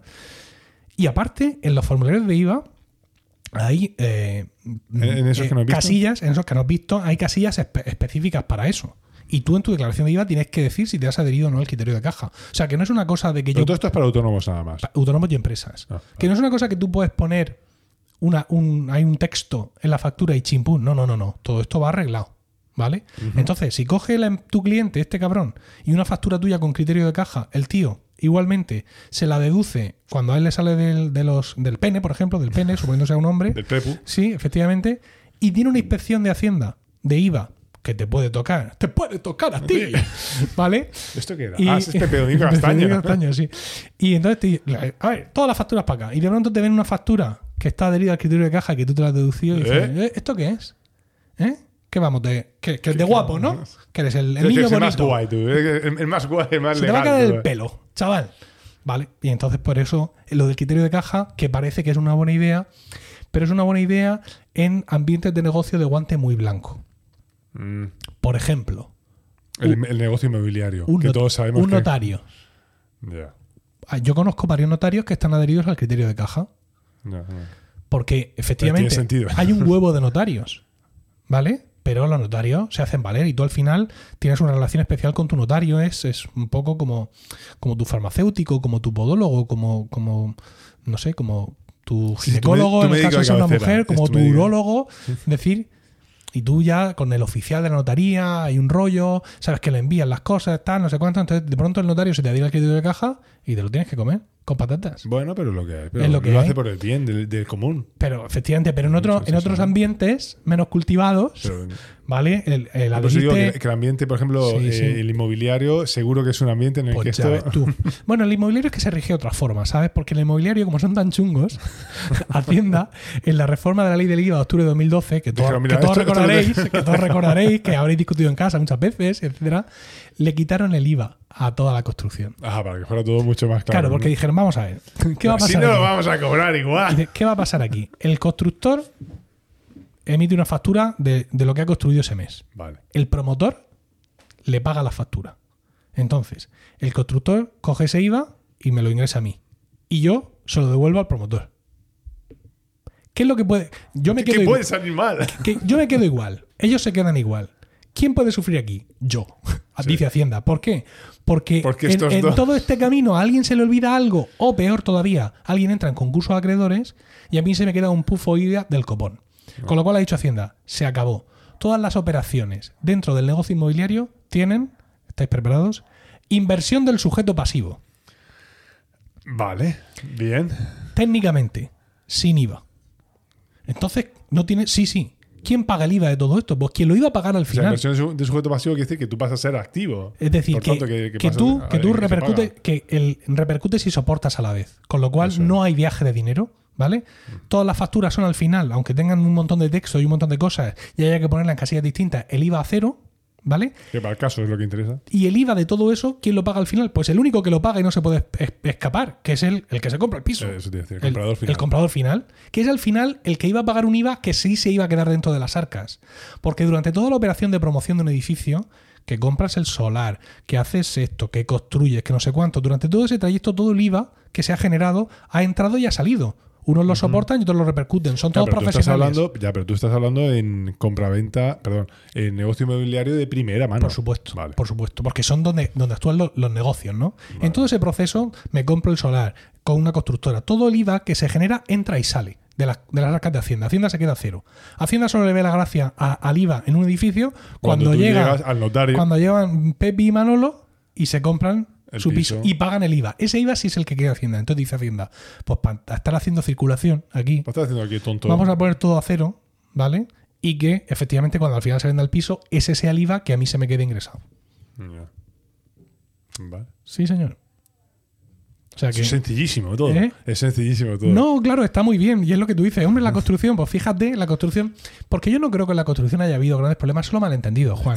Speaker 1: Y aparte, en los formularios de IVA hay eh,
Speaker 2: en esos que no has visto?
Speaker 1: casillas, en esos que no has visto, hay casillas espe- específicas para eso. y tú en tu declaración de IVA tienes que decir si te has adherido o no al criterio de caja. O sea, que no es una cosa de que
Speaker 2: Pero
Speaker 1: yo
Speaker 2: todo esto es para autónomos nada más.
Speaker 1: autónomos y empresas.
Speaker 2: Ah,
Speaker 1: que no es una cosa que tú puedes poner una, un, hay un texto en la factura y chimpún. No, no, no, no. Todo esto va arreglado. ¿Vale? Entonces, si coge la em- tu cliente, este cabrón, y una factura tuya con criterio de caja, el tío igualmente se la deduce cuando a él le sale del, de los, del pene, por ejemplo, del pene, suponiéndose a un hombre.
Speaker 2: Del prepu.
Speaker 1: Sí, efectivamente. Y tiene una inspección de Hacienda, de IVA, que te puede tocar. ¡Te puede tocar a ti! ¿Vale?
Speaker 2: ¿Esto qué era?
Speaker 1: Y-
Speaker 2: ah, ese es Pepe Domingo
Speaker 1: Pepe
Speaker 2: Castaño.
Speaker 1: Domingo Castaño, sí. Y entonces, te- la- a ver, todas las facturas para acá. Y de pronto te ven una factura que está adherida al criterio de caja que tú te la has deducido y dices,
Speaker 2: ¿Eh?
Speaker 1: "Eh, ¿esto qué es? ¿Eh? ¿Qué vamos? De, que, que de guapo, ¿no? Que eres el, el
Speaker 2: Es que
Speaker 1: niño
Speaker 2: es el más
Speaker 1: bonito.
Speaker 2: guay, tú. Es El, el más guay, el más
Speaker 1: Se te va a
Speaker 2: legal.
Speaker 1: caer el
Speaker 2: tú. eh.
Speaker 1: pelo, chaval. Vale, y entonces por eso eh, lo del criterio de caja, que parece que es una buena idea, pero es una buena idea en ambientes de negocio de guante muy blanco.
Speaker 2: Mm.
Speaker 1: Por ejemplo,
Speaker 2: el, el negocio inmobiliario.
Speaker 1: un,
Speaker 2: que
Speaker 1: not-
Speaker 2: todos sabemos
Speaker 1: un
Speaker 2: que...
Speaker 1: notario.
Speaker 2: Ya,
Speaker 1: Ah, Yo conozco varios notarios que están adheridos al criterio de caja.
Speaker 2: ya, ya.
Speaker 1: Porque efectivamente
Speaker 2: Pero tiene sentido.
Speaker 1: hay un huevo de notarios, ¿vale? Pero los notarios se hacen valer y tú al final tienes una relación especial con tu notario. Es, es un poco como, como tu farmacéutico, como tu podólogo, como, como no sé, como tu
Speaker 2: Sí, sí, tu
Speaker 1: ginecólogo,
Speaker 2: mé- tu
Speaker 1: en el
Speaker 2: médico
Speaker 1: caso
Speaker 2: de
Speaker 1: de ser una
Speaker 2: cabecera.
Speaker 1: mujer,
Speaker 2: Es
Speaker 1: como
Speaker 2: tu
Speaker 1: tu
Speaker 2: médico.
Speaker 1: urólogo. Decir, y tú ya con el oficial de la notaría hay un rollo, sabes que le envían las cosas, tal, no sé cuánto. Entonces de pronto el notario se te adhiere al criterio de caja y te lo tienes que comer con patatas.
Speaker 2: Bueno, pero lo que hay. Pero
Speaker 1: Es lo que hay.
Speaker 2: hace por el bien del, del común.
Speaker 1: Pero efectivamente, pero en, otro,
Speaker 2: Sí, sí,
Speaker 1: en
Speaker 2: sí.
Speaker 1: otros ambientes menos cultivados,
Speaker 2: Pero,
Speaker 1: ¿vale? El, el
Speaker 2: por eso digo que,
Speaker 1: adherite-
Speaker 2: que el ambiente, por ejemplo,
Speaker 1: Sí,
Speaker 2: eh,
Speaker 1: sí.
Speaker 2: el inmobiliario, seguro que es un ambiente en el
Speaker 1: Pues
Speaker 2: que
Speaker 1: ya
Speaker 2: esto.
Speaker 1: ves tú. Bueno, el inmobiliario es que se rige de otra forma, ¿sabes? Porque el inmobiliario, como son tan chungos, Hacienda, en la reforma de la ley del IVA de octubre de 2012, que, todos-
Speaker 2: Dijeron, "Mira,
Speaker 1: que todos
Speaker 2: esto- esto lo
Speaker 1: recordaréis,
Speaker 2: tenemos".
Speaker 1: que todos recordaréis, que habréis discutido en casa muchas veces, etcétera, le quitaron el IVA a toda la construcción.
Speaker 2: Ah, para que fuera todo mucho más claro.
Speaker 1: Claro, porque dijeron, vamos a ver, ¿qué va a pasar?
Speaker 2: Si no lo
Speaker 1: aquí?".
Speaker 2: vamos a cobrar
Speaker 1: Y
Speaker 2: igual.
Speaker 1: dice, ¿Qué va a pasar aquí? El constructor emite una factura de- de lo que ha construido ese mes.
Speaker 2: Vale.
Speaker 1: el promotor le paga la factura. Entonces, el constructor coge ese IVA y me lo ingresa a mí. Y yo se lo devuelvo al promotor. ¿Qué es lo que puede.? Yo me, quedo "Pues
Speaker 2: ¿Qué puede
Speaker 1: igual,
Speaker 2: salir mal?
Speaker 1: que yo me quedo igual. Ellos se quedan igual. ¿Quién puede sufrir aquí? Yo. Dice Hacienda. ¿Por qué? Porque,
Speaker 2: Porque
Speaker 1: en,
Speaker 2: estos
Speaker 1: en
Speaker 2: dos-
Speaker 1: todo este camino a alguien se le olvida algo. O peor todavía, alguien entra en concurso de acreedores y a mí se me queda un pufo idea del copón. Con lo cual ha dicho Hacienda, se acabó. Todas las operaciones dentro del negocio inmobiliario tienen, ¿estáis preparados? Inversión del sujeto pasivo.
Speaker 2: Vale, bien.
Speaker 1: técnicamente, sin IVA. Entonces, no tiene. Sí, sí. ¿Quién paga el IVA de todo esto? Pues quien lo iba a pagar al
Speaker 2: O sea,
Speaker 1: final.
Speaker 2: inversión de su- de sujeto pasivo quiere decir que tú vas a ser activo.
Speaker 1: es decir,
Speaker 2: Por
Speaker 1: que,
Speaker 2: tanto, que,
Speaker 1: que
Speaker 2: pasas
Speaker 1: tú,
Speaker 2: a-
Speaker 1: que tú
Speaker 2: alguien te
Speaker 1: repercutes,
Speaker 2: paga.
Speaker 1: que el, repercutes y soportas a la vez. Con lo cual,
Speaker 2: Eso es. Mm.
Speaker 1: no hay viaje de dinero, ¿vale? Todas las facturas son al final, aunque tengan un montón de texto y un montón de cosas y haya que ponerla en casillas distintas, el IVA a cero, ¿vale?
Speaker 2: Que para el caso es lo que interesa.
Speaker 1: Y el IVA de todo eso, ¿quién lo paga al final? Pues el único que lo paga y no se puede es- escapar, que es el, el que se compra el piso.
Speaker 2: Eh, Eso tiene que decir, el comprador final.
Speaker 1: el comprador final, que es al final el que iba a pagar un IVA que sí se iba a quedar dentro de las arcas. Porque durante toda la operación de promoción de un edificio, que compras el solar, que haces esto, que construyes, que no sé cuánto, durante todo ese trayecto, todo el IVA que se ha generado ha entrado y ha salido. Unos lo soportan y otros lo repercuten. Son
Speaker 2: Ya,
Speaker 1: todos
Speaker 2: pero tú
Speaker 1: profesionales.
Speaker 2: estás hablando, ya, pero tú estás hablando en compraventa, perdón, en negocio inmobiliario de primera mano.
Speaker 1: Por supuesto,
Speaker 2: Vale.
Speaker 1: por supuesto, porque son donde, donde actúan lo- los negocios, ¿no? En todo ese proceso me compro el solar con una constructora. Todo el IVA que se genera entra y sale de, las- de las arcas de Hacienda. Hacienda se queda a cero. Hacienda solo le ve la gracia a- al IVA en un edificio cuando,
Speaker 2: tú
Speaker 1: llega,
Speaker 2: llegas al notario.
Speaker 1: cuando llevan Pepi y Manolo y se compran
Speaker 2: El
Speaker 1: su piso.
Speaker 2: piso.
Speaker 1: y pagan el IVA. Ese IVA sí es el que queda Hacienda. Entonces dice Hacienda, pues para estar haciendo circulación aquí,
Speaker 2: ¿Qué estás haciendo aquí, tonto?
Speaker 1: Vamos a poner todo a cero, ¿vale? Y que efectivamente cuando al final se venda el piso, ese sea el IVA que a mí se me quede ingresado.
Speaker 2: Ya. Vale.
Speaker 1: Sí, señor. O sea que.
Speaker 2: Es sencillísimo todo.
Speaker 1: ¿Eh?
Speaker 2: Es sencillísimo todo.
Speaker 1: No, claro, está muy bien. Y es lo que tú dices. Hombre, la construcción, pues fíjate, la construcción. Porque yo no creo que en la construcción haya habido grandes problemas, solo malentendidos, Juan.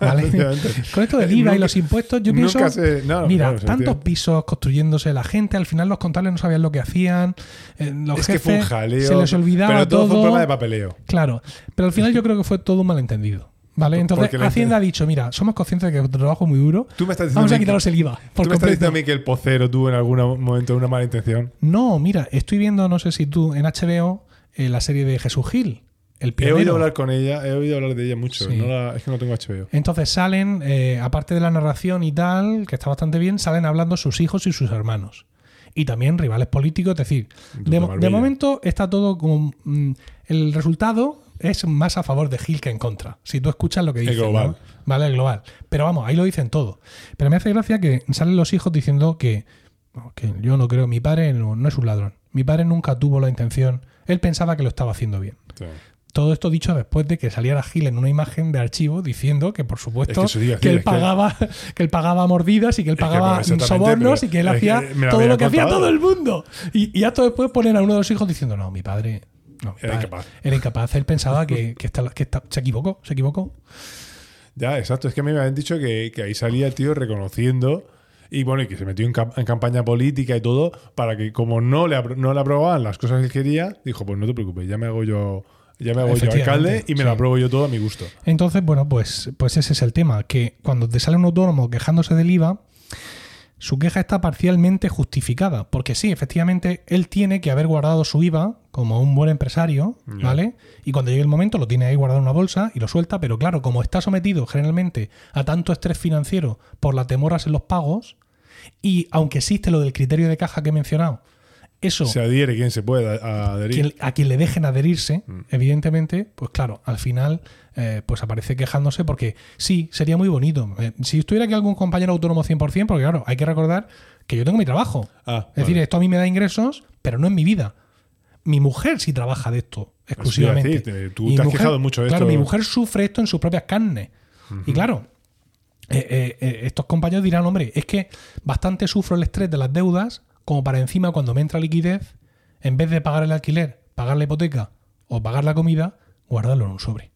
Speaker 1: ¿Vale?
Speaker 2: Efectivamente.
Speaker 1: Con esto del IVA y
Speaker 2: Nunca-
Speaker 1: los impuestos, yo
Speaker 2: nunca
Speaker 1: pienso.
Speaker 2: se- no,
Speaker 1: mira,
Speaker 2: claro, se
Speaker 1: tantos
Speaker 2: entiende.
Speaker 1: pisos construyéndose, la gente, al final los contables no sabían lo que hacían. eh, los
Speaker 2: es que fue un
Speaker 1: jefes
Speaker 2: jaleo.
Speaker 1: Se les olvidaba
Speaker 2: Pero todo, fue un problema de papeleo.
Speaker 1: Claro, pero al final yo creo que fue todo un malentendido. ¿Vale? Entonces,
Speaker 2: Porque la
Speaker 1: Hacienda ha dicho, mira, somos conscientes de que tu trabajo es muy duro.
Speaker 2: Tú me estás diciendo
Speaker 1: Vamos
Speaker 2: a
Speaker 1: a
Speaker 2: mí
Speaker 1: quitaros el IVA. Por
Speaker 2: ¿Tú me estás
Speaker 1: completo.
Speaker 2: diciendo a mí que el pocero tuvo en algún momento una mala intención?
Speaker 1: No, mira, estoy viendo, no sé si tú, en HBO, eh, la serie de Jesús Gil. El
Speaker 2: He
Speaker 1: pionero.
Speaker 2: oído hablar con ella, he oído hablar de ella mucho.
Speaker 1: Sí.
Speaker 2: no la- es que no tengo HBO.
Speaker 1: Entonces salen, eh, aparte de la narración y tal, que está bastante bien, salen hablando sus hijos y sus hermanos. Y también rivales políticos, es decir,
Speaker 2: Puta
Speaker 1: de,
Speaker 2: maravilla.
Speaker 1: de momento está todo como... mm, el resultado es más a favor de Gil que en contra, si tú escuchas lo que
Speaker 2: El
Speaker 1: dicen. ¿no?
Speaker 2: global.
Speaker 1: Vale, el global. Pero vamos, ahí lo dicen todo. Pero me hace gracia que salen los hijos diciendo que, que yo no creo, mi padre no- no es un ladrón. Mi padre nunca tuvo la intención, él pensaba que lo estaba haciendo bien.
Speaker 2: Sí.
Speaker 1: Todo esto dicho después de que saliera Gil en una imagen de archivo diciendo que, por supuesto,
Speaker 2: Es que eso te iba a
Speaker 1: que,
Speaker 2: decir,
Speaker 1: él
Speaker 2: es que-
Speaker 1: pagaba, que él pagaba mordidas y que él
Speaker 2: Es que,
Speaker 1: pagaba
Speaker 2: pues, exactamente,
Speaker 1: sobornos
Speaker 2: pero
Speaker 1: y que él
Speaker 2: es que
Speaker 1: hacía
Speaker 2: me la
Speaker 1: todo
Speaker 2: había
Speaker 1: lo que hacía
Speaker 2: contado.
Speaker 1: todo el mundo. Y, y hasta después ponen a uno de los hijos diciendo, no, mi padre... No, mi
Speaker 2: Era
Speaker 1: padre
Speaker 2: incapaz.
Speaker 1: Era incapaz. Él pensaba que, que esta- que esta- se equivocó, se equivocó.
Speaker 2: Ya, exacto. Es que a mí me habían dicho que, que ahí salía el tío reconociendo y bueno, y que se metió en, cam- en campaña política y todo para que como no le, apro- no le aprobaban las cosas que él quería, dijo, pues no te preocupes, ya me hago yo, ya me hago yo
Speaker 1: Efectivamente,
Speaker 2: alcalde y me
Speaker 1: sí.
Speaker 2: lo apruebo yo todo a mi gusto.
Speaker 1: Entonces, bueno, pues, pues ese es el tema, que cuando te sale un autónomo quejándose del IVA, su queja está parcialmente justificada, porque sí, efectivamente, él tiene que haber guardado su IVA como un buen empresario,
Speaker 2: Ya.
Speaker 1: ¿vale? Y cuando llegue el momento lo tiene ahí guardado en una bolsa y lo suelta, pero claro, como está sometido generalmente a tanto estrés financiero por las demoras en los pagos, y aunque existe lo del criterio de caja que he mencionado, eso
Speaker 2: Se adhiere quien se pueda a- a adherir.
Speaker 1: quien- a quien le dejen adherirse, evidentemente, pues claro, al final eh, pues aparece quejándose porque sí, sería muy bonito. Eh, si estuviera aquí algún compañero autónomo 100%, porque claro, hay que recordar que yo tengo mi trabajo.
Speaker 2: Ah,
Speaker 1: es decir,
Speaker 2: vale.
Speaker 1: esto a mí me da ingresos, pero no es mi vida. Mi mujer sí trabaja de esto exclusivamente.
Speaker 2: Eso te iba a decir, te- tú
Speaker 1: Mi
Speaker 2: te has quejado mucho de
Speaker 1: Claro,
Speaker 2: esto.
Speaker 1: mi mujer sufre esto en sus propias carnes. Y claro, eh, eh, eh, estos compañeros dirán, hombre, es que bastante sufro el estrés de las deudas como para encima cuando me entra liquidez, en vez de pagar el alquiler, pagar la hipoteca o pagar la comida, guardarlo en un sobre.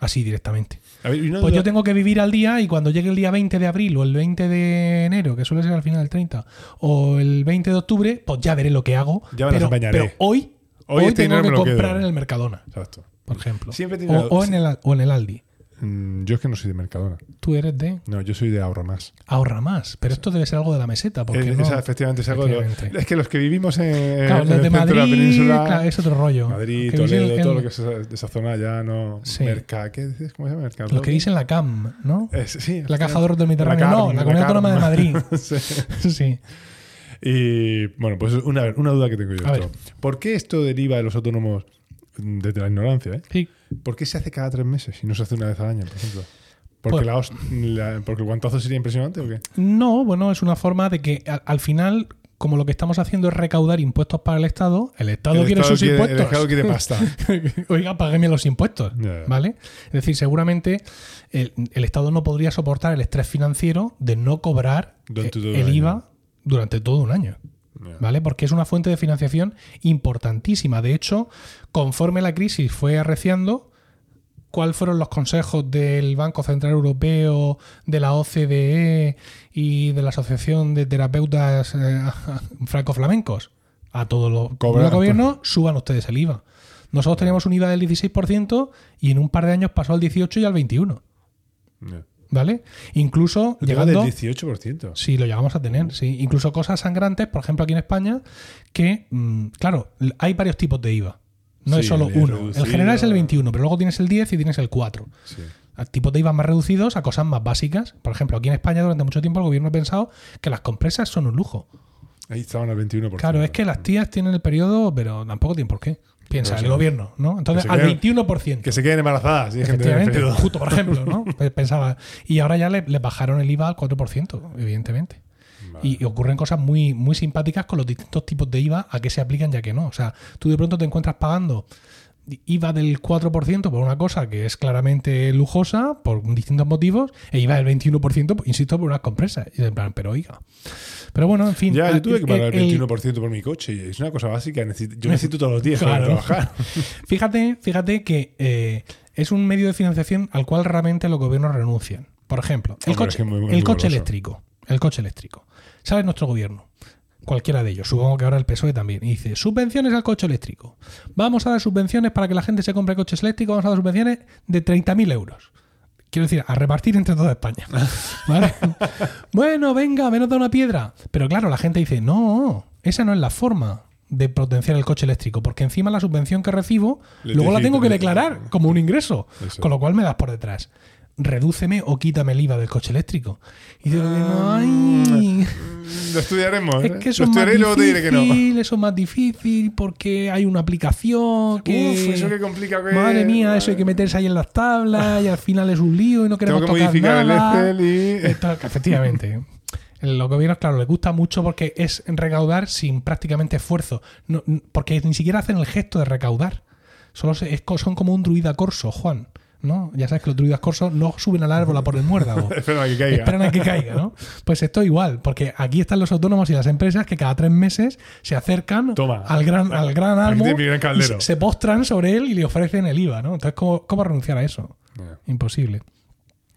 Speaker 1: Así directamente.
Speaker 2: A ver, y una
Speaker 1: Pues yo
Speaker 2: duda-
Speaker 1: tengo que vivir al día y cuando llegue el día 20 de abril o el 20 de enero, que suele ser al final del 30, o el 20 de octubre, pues ya veré lo que hago.
Speaker 2: Ya me las
Speaker 1: pero,
Speaker 2: apañaré.
Speaker 1: pero hoy,
Speaker 2: Hoy
Speaker 1: hoy,
Speaker 2: este
Speaker 1: tengo
Speaker 2: dinero
Speaker 1: que
Speaker 2: me lo quedo.
Speaker 1: comprar en el Mercadona,
Speaker 2: Exacto.
Speaker 1: por ejemplo.
Speaker 2: Siempre tiene-
Speaker 1: o, o en el, o en el Aldi.
Speaker 2: Mm, Yo es que no soy de Mercadona.
Speaker 1: Tú eres de
Speaker 2: No, yo soy de ahorro más.
Speaker 1: ahorra más, pero esto debe ser algo de la meseta, porque
Speaker 2: Es-
Speaker 1: no-
Speaker 2: esa, efectivamente, es algo de lo-
Speaker 1: Efectivamente.
Speaker 2: Es que los que vivimos en,
Speaker 1: Claro,
Speaker 2: en
Speaker 1: los
Speaker 2: el
Speaker 1: de
Speaker 2: centro
Speaker 1: Madrid,
Speaker 2: de la península,
Speaker 1: claro, es otro rollo.
Speaker 2: Madrid,
Speaker 1: Que
Speaker 2: Toledo,
Speaker 1: dicen-
Speaker 2: todo lo que es esa, de esa zona ya no.
Speaker 1: Sí.
Speaker 2: Merca, ¿qué dices? ¿Cómo se llama? Mercado.
Speaker 1: lo que dicen la CAM, ¿no?
Speaker 2: Es- sí,
Speaker 1: la Caja de Ahorros del Mediterráneo.
Speaker 2: Eh, la
Speaker 1: no,
Speaker 2: CARM,
Speaker 1: la Comunidad
Speaker 2: la
Speaker 1: Autónoma de Madrid.
Speaker 2: Sí.
Speaker 1: sí.
Speaker 2: Y bueno, pues una, una duda que tengo yo.
Speaker 1: A
Speaker 2: esto. ¿Por qué esto deriva de los autónomos mm, desde la ignorancia? ¿eh?
Speaker 1: sí.
Speaker 2: ¿Por qué se hace cada tres meses y no se hace una vez al año, por ejemplo? ¿Porque,
Speaker 1: Pues-
Speaker 2: la host- la- porque el guantazo sería impresionante o qué?
Speaker 1: No, bueno, es una forma de que al, al final, como lo que estamos haciendo es recaudar impuestos para el Estado, el Estado
Speaker 2: El
Speaker 1: quiere
Speaker 2: Estado
Speaker 1: sus
Speaker 2: quiere- El
Speaker 1: impuestos.
Speaker 2: Estado quiere pasta.
Speaker 1: Oiga, págueme los impuestos,
Speaker 2: Ya, ya.
Speaker 1: ¿vale? Es decir, seguramente el, el Estado no podría soportar el estrés financiero de no cobrar
Speaker 2: Durante
Speaker 1: eh,
Speaker 2: todo un
Speaker 1: el
Speaker 2: año.
Speaker 1: IVA durante todo un año.
Speaker 2: Ya.
Speaker 1: ¿vale? Porque es una fuente de financiación importantísima. De hecho, conforme la crisis fue arreciando, ¿cuáles fueron los consejos del Banco Central Europeo, de la OCDE E y de la Asociación de Terapeutas eh, Franco-Flamencos? A todos los
Speaker 2: Cobrar.
Speaker 1: los gobiernos, suban ustedes el IVA. Nosotros teníamos un IVA del 16% y en un par de años pasó al 18 y al 21,
Speaker 2: Ya.
Speaker 1: ¿vale? Incluso
Speaker 2: Lo tengo
Speaker 1: llegando
Speaker 2: del 18%.
Speaker 1: Sí, lo llegamos a tener, sí. Incluso cosas sangrantes, por ejemplo, aquí en España, que, mm, claro, l- hay varios tipos de IVA. No
Speaker 2: Sí,
Speaker 1: es solo
Speaker 2: el
Speaker 1: uno.
Speaker 2: reducido.
Speaker 1: El general es el 21, pero luego tienes el 10 y tienes el 4.
Speaker 2: Sí.
Speaker 1: A tipos de IVA más reducidos a cosas más básicas. Por ejemplo, aquí en España durante mucho tiempo el gobierno ha pensado que las compresas son un lujo.
Speaker 2: Ahí estaban al 21%.
Speaker 1: Claro, es que las tías tienen el periodo, pero tampoco tienen por qué. Piensa, el
Speaker 2: Pero sí.
Speaker 1: gobierno, ¿no? Entonces,
Speaker 2: se
Speaker 1: al
Speaker 2: queden-
Speaker 1: 21%.
Speaker 2: Que se queden embarazadas. y hay gente en el
Speaker 1: Efectivamente,
Speaker 2: periodo.
Speaker 1: justo por ejemplo, ¿no? Pe- Pensaba. Y ahora ya le, le bajaron el IVA al 4%, evidentemente.
Speaker 2: Vale.
Speaker 1: Y, y ocurren cosas muy, muy simpáticas con los distintos tipos de IVA, a qué se aplican y a qué no. O sea, tú de pronto te encuentras pagando IVA del 4% por una cosa que es claramente lujosa, por distintos motivos, e IVA del 21%, insisto, por unas compresas. Y en plan, pero oiga. Pero bueno, en fin.
Speaker 2: Ya,
Speaker 1: ah,
Speaker 2: yo tuve que pagar
Speaker 1: el-
Speaker 2: el 21% por mi coche y es una cosa básica. necesito- yo necesito todos los días para
Speaker 1: Claro.
Speaker 2: trabajar.
Speaker 1: Fíjate, fíjate que eh, es un medio de financiación al cual realmente los gobiernos renuncian. Por ejemplo, el
Speaker 2: Hombre,
Speaker 1: coche,
Speaker 2: es que es muy- muy
Speaker 1: el coche
Speaker 2: goloso.
Speaker 1: eléctrico. El coche eléctrico. Sale nuestro gobierno. Cualquiera de ellos, supongo que ahora el PSOE E también. Y dice, subvenciones al coche eléctrico. Vamos a dar subvenciones para que la gente se compre coches eléctricos, vamos a dar subvenciones de 30.000 euros. Quiero decir, a repartir entre toda España. ¿Vale? bueno, venga, menos da una piedra. Pero claro, la gente dice, no, esa no es la forma. de potenciar el coche eléctrico, porque encima la subvención que recibo,
Speaker 2: Le
Speaker 1: luego la
Speaker 2: dijiste,
Speaker 1: tengo que
Speaker 2: le-
Speaker 1: declarar como un ingreso,
Speaker 2: Eso.
Speaker 1: con lo cual me das por detrás. Redúceme o quítame el IVA del coche eléctrico. Y yo digo, ay,
Speaker 2: Mm, Lo estudiaremos.
Speaker 1: es
Speaker 2: ¿eh?
Speaker 1: que eso
Speaker 2: lo
Speaker 1: es más
Speaker 2: estudiaré y luego te diré que no.
Speaker 1: difícil, eso es más difícil porque hay una aplicación que...
Speaker 2: Uf, eso que complica. Que...
Speaker 1: Madre mía, eso hay que meterse ahí en las tablas y al final es un lío y no
Speaker 2: Tengo
Speaker 1: queremos
Speaker 2: que
Speaker 1: tocar
Speaker 2: modificar
Speaker 1: nada.
Speaker 2: el Excel y.
Speaker 1: Esto, efectivamente. Los gobiernos, claro, les gusta mucho porque es recaudar sin prácticamente esfuerzo. No- n- porque ni siquiera hacen el gesto de recaudar. Solo se- es co- son como un druida corso, Juan. ¿no? Ya sabes que los druidas corsos no suben al árbol a por el muérdago.
Speaker 2: Espera que caiga.
Speaker 1: Esperan a que caiga, ¿no? Pues esto igual, porque aquí están los autónomos y las empresas que cada tres meses se acercan
Speaker 2: Toma.
Speaker 1: al gran al gran
Speaker 2: Aquí
Speaker 1: árbol
Speaker 2: tiene mi gran
Speaker 1: y
Speaker 2: caldero.
Speaker 1: se, se postran sobre él y le ofrecen el IVA, ¿no? Entonces, ¿cómo, cómo renunciar a eso?
Speaker 2: Ya.
Speaker 1: Imposible.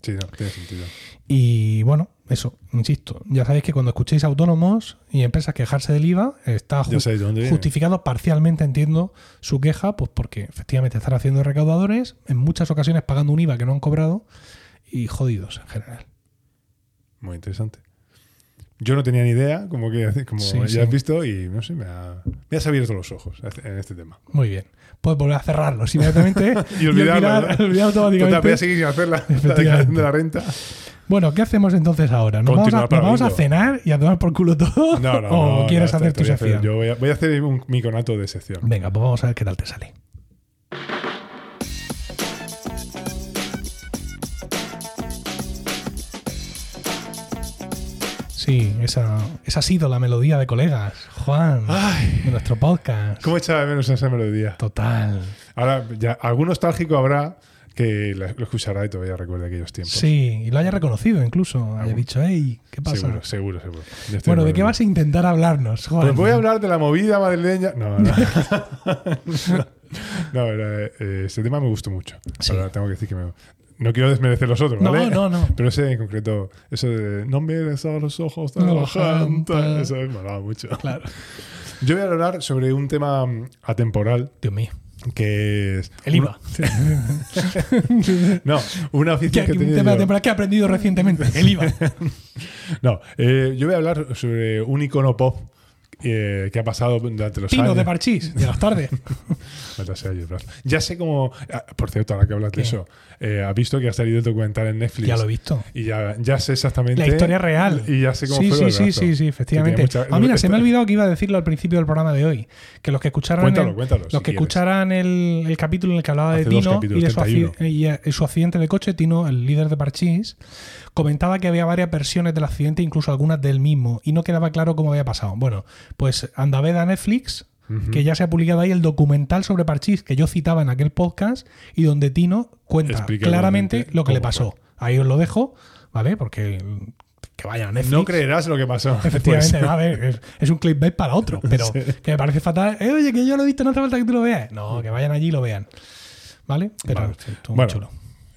Speaker 2: Sí, no, tiene sentido.
Speaker 1: Y bueno, eso, insisto, ya sabéis que cuando escuchéis autónomos y empresas quejarse del IVA, está ju-
Speaker 2: Ya sabéis de dónde viene.
Speaker 1: justificado parcialmente, entiendo, su queja, pues porque efectivamente están haciendo recaudadores, en muchas ocasiones pagando un IVA que no han cobrado y jodidos en general.
Speaker 2: Muy interesante. Yo no tenía ni idea, como que como
Speaker 1: Sí,
Speaker 2: ya
Speaker 1: sí.
Speaker 2: has visto, y no sé, me ha, me has abierto los ojos en este tema.
Speaker 1: Muy bien. Puedes volver a cerrarlo inmediatamente
Speaker 2: Y olvidarlo, ¿no?
Speaker 1: olvidar automáticamente.
Speaker 2: Total, voy a seguir sin hacer la, la declaración de la renta.
Speaker 1: Bueno, ¿qué hacemos entonces ahora? ¿Nos, vamos a,
Speaker 2: Continuar para
Speaker 1: nos vamos a
Speaker 2: bingo.
Speaker 1: cenar y a tomar por culo todo?
Speaker 2: No, no,
Speaker 1: ¿O
Speaker 2: no,
Speaker 1: quieres
Speaker 2: no,
Speaker 1: hacer
Speaker 2: te-
Speaker 1: tu
Speaker 2: te voy a hacer-
Speaker 1: sección?
Speaker 2: Yo voy a, voy a hacer un miconato de sección.
Speaker 1: Venga, pues vamos a ver qué tal te sale. Sí, esa, esa ha sido la melodía de colegas, Juan,
Speaker 2: Ay,
Speaker 1: de nuestro podcast.
Speaker 2: Ah. ¿Cómo echaba de menos esa melodía?
Speaker 1: Total.
Speaker 2: Ahora, ya, algún nostálgico habrá que la- lo escuchará y todavía recuerda aquellos tiempos.
Speaker 1: Sí, y lo haya reconocido incluso. Haya
Speaker 2: Algún-
Speaker 1: dicho, hey, ¿qué pasa?
Speaker 2: seguro, seguro, seguro. Ya estoy
Speaker 1: bueno, ¿de qué
Speaker 2: acuerdo.
Speaker 1: vas a intentar hablarnos, Juan?
Speaker 2: Pues voy a hablar de la movida madrileña. No, no. no, era, eh, ese tema me gustó mucho.
Speaker 1: Sí.
Speaker 2: Ahora tengo que decir que me- No quiero desmerecer los otros,
Speaker 1: No,
Speaker 2: ¿vale?
Speaker 1: no, no.
Speaker 2: Pero ese en concreto, eso de no me des a los ojos de
Speaker 1: No,
Speaker 2: la gente",
Speaker 1: gente.
Speaker 2: eso me molaba mucho.
Speaker 1: Claro.
Speaker 2: Yo voy a hablar sobre un tema mm, atemporal
Speaker 1: Dios mío.
Speaker 2: que es.
Speaker 1: El IVA.
Speaker 2: No, una
Speaker 1: ¿Qué,
Speaker 2: afición que
Speaker 1: qué-
Speaker 2: tenía.
Speaker 1: tema de
Speaker 2: yo.
Speaker 1: temporada que he aprendido recientemente? El IVA.
Speaker 2: No, eh, yo voy a hablar sobre un icono pop eh, que ha pasado durante los
Speaker 1: Pino
Speaker 2: años.
Speaker 1: de parchís, de las tardes.
Speaker 2: Maldita sea, yo, Brad. Ya sé cómo. ah, Por cierto, ahora que hablas de
Speaker 1: ¿Qué?
Speaker 2: eso, eh, has visto que ha salido el documental en Netflix.
Speaker 1: ya lo he visto.
Speaker 2: Y ya, ya sé exactamente.
Speaker 1: La historia real.
Speaker 2: Y ya sé cómo
Speaker 1: sí,
Speaker 2: fue. lo
Speaker 1: sí,
Speaker 2: del
Speaker 1: sí,
Speaker 2: brazo.
Speaker 1: sí, sí, efectivamente.
Speaker 2: Que tiene mucha-
Speaker 1: ah, mira, se me ha
Speaker 2: está-
Speaker 1: olvidado que iba a decirlo al principio del programa de hoy. Que los que escucharan,
Speaker 2: Cuéntalo,
Speaker 1: el,
Speaker 2: cuéntalo,
Speaker 1: los
Speaker 2: Pues si
Speaker 1: que
Speaker 2: quieres.
Speaker 1: escucharan el, el capítulo en el que hablaba de
Speaker 2: Hace dos
Speaker 1: Tino y
Speaker 2: capítulos,
Speaker 1: de su, acci-
Speaker 2: 31.
Speaker 1: y, eh, su accidente de coche, Tino, el líder de Parchís, comentaba que había varias versiones del accidente, incluso algunas del mismo, y no quedaba claro cómo había pasado. Bueno, pues Andaveda Netflix,
Speaker 2: Ujú.
Speaker 1: que ya se ha publicado ahí el documental sobre Parchís que yo citaba en aquel podcast y donde Tino cuenta
Speaker 2: Explica
Speaker 1: claramente
Speaker 2: igualmente
Speaker 1: lo que le
Speaker 2: cómo
Speaker 1: pasó. Ahí os lo dejo, ¿vale? Porque que vayan a Netflix.
Speaker 2: No creerás lo que pasó.
Speaker 1: Efectivamente,
Speaker 2: después.
Speaker 1: a ver, es, es un clickbait para otro, pero que me parece fatal. Eh, oye, que yo lo he visto, no hace falta que tú lo veas. No, que vayan allí y lo vean. ¿Vale? Pero
Speaker 2: Vale.
Speaker 1: sí, estuvo muy
Speaker 2: Bueno,
Speaker 1: chulo.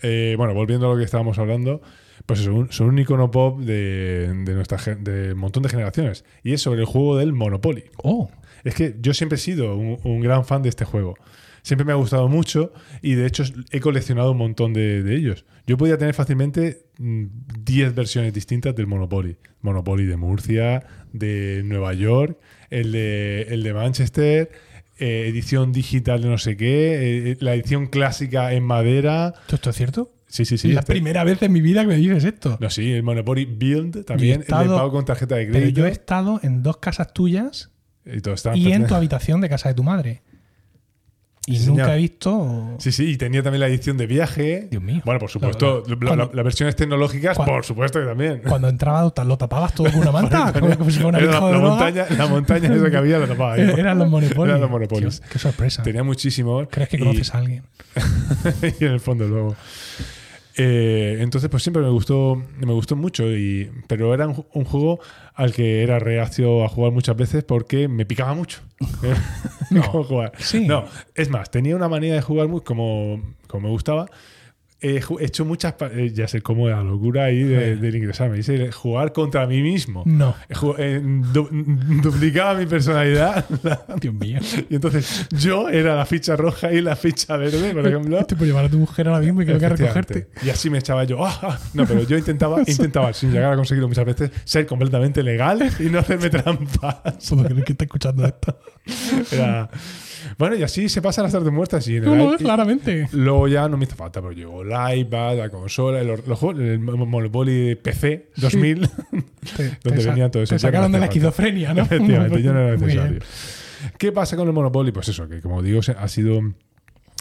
Speaker 2: eh, bueno, volviendo a lo que estábamos hablando, pues es un, son un icono pop de, de nuestra gen- de un montón de generaciones. Y es sobre el juego del Monopoly.
Speaker 1: Oh,
Speaker 2: Es que yo siempre he sido un, un gran fan de este juego. Siempre me ha gustado mucho y de hecho he coleccionado un montón de, de ellos. Yo podía tener fácilmente mm, 10 versiones distintas del Monopoly. Monopoly de Murcia, de Nueva York, el de, el de Manchester, eh, edición digital de no sé qué, eh, la edición clásica en madera.
Speaker 1: ¿esto, esto es cierto?
Speaker 2: Sí, sí, sí.
Speaker 1: es la
Speaker 2: este-
Speaker 1: primera vez en mi vida que me dices esto.
Speaker 2: No, sí, el Monopoly Build también, el
Speaker 1: estado-
Speaker 2: de pago con tarjeta de
Speaker 1: pero
Speaker 2: crédito.
Speaker 1: yo he estado en dos casas tuyas
Speaker 2: y todo está
Speaker 1: y en
Speaker 2: perfecto.
Speaker 1: tu habitación de casa de tu madre. Y
Speaker 2: Sí,
Speaker 1: nunca
Speaker 2: señor.
Speaker 1: he visto.
Speaker 2: Sí, sí, y tenía también la edición de viaje.
Speaker 1: Dios mío.
Speaker 2: Bueno, por
Speaker 1: Claro,
Speaker 2: supuesto, la- la-
Speaker 1: cuando-
Speaker 2: las versiones tecnológicas,
Speaker 1: cuando-
Speaker 2: por supuesto que también.
Speaker 1: Cuando entraba, lo tapabas todo con una manta, como, como si fuera una
Speaker 2: pues- Era
Speaker 1: pija
Speaker 2: la,
Speaker 1: de
Speaker 2: la
Speaker 1: droga.
Speaker 2: montaña, la montaña esa que había la tapaba. yo.
Speaker 1: Eh, Eran los monopolios.
Speaker 2: Eran los monopolios.
Speaker 1: Tío, qué sorpresa.
Speaker 2: Tenía muchísimos.
Speaker 1: ¿Crees que
Speaker 2: y-
Speaker 1: conoces a alguien?
Speaker 2: y en el fondo luego. Eh, entonces, pues siempre me gustó, me gustó mucho, y, pero era un, ju- un juego al que era reacio a jugar muchas veces porque me picaba mucho. Me picaba jugar.
Speaker 1: Sí.
Speaker 2: No, es más, tenía una manía de jugar muy como, como me gustaba. He ju- he hecho muchas. pa- eh, Ya sé cómo la locura ahí de, del ingresarme. Hice jugar contra mí mismo.
Speaker 1: No.
Speaker 2: Ju- eh, du- duplicaba mi personalidad.
Speaker 1: Dios mío.
Speaker 2: y entonces yo era la ficha roja y la ficha verde, por ejemplo.
Speaker 1: Estoy por Eh, llevar a tu mujer ahora mismo y creo que a recogerte.
Speaker 2: Efectivamente. Y así me echaba yo. "Ah, ah". No, pero yo intentaba, intentaba, sin llegar a conseguirlo muchas veces, ser completamente legal y no hacerme trampas.
Speaker 1: Solo creo que está escuchando esto.
Speaker 2: Era- Bueno, y así se pasan las tardes muertas. Y en el
Speaker 1: No, no,
Speaker 2: i-
Speaker 1: claramente.
Speaker 2: Luego ya no me hizo falta, pero llegó el iPad, la consola, el, or- los juegos- el mo- Monopoly de PC 2000.
Speaker 1: Te,
Speaker 2: Donde
Speaker 1: sa-
Speaker 2: venía todo eso,
Speaker 1: te
Speaker 2: ya no
Speaker 1: sacaron de la
Speaker 2: hace falta.
Speaker 1: esquizofrenia, Ah, ¿no?
Speaker 2: Efectivamente, ya no era
Speaker 1: Muy bien.
Speaker 2: necesario. ¿Qué pasa con el Monopoly? Pues eso, que como digo, se- ha sido.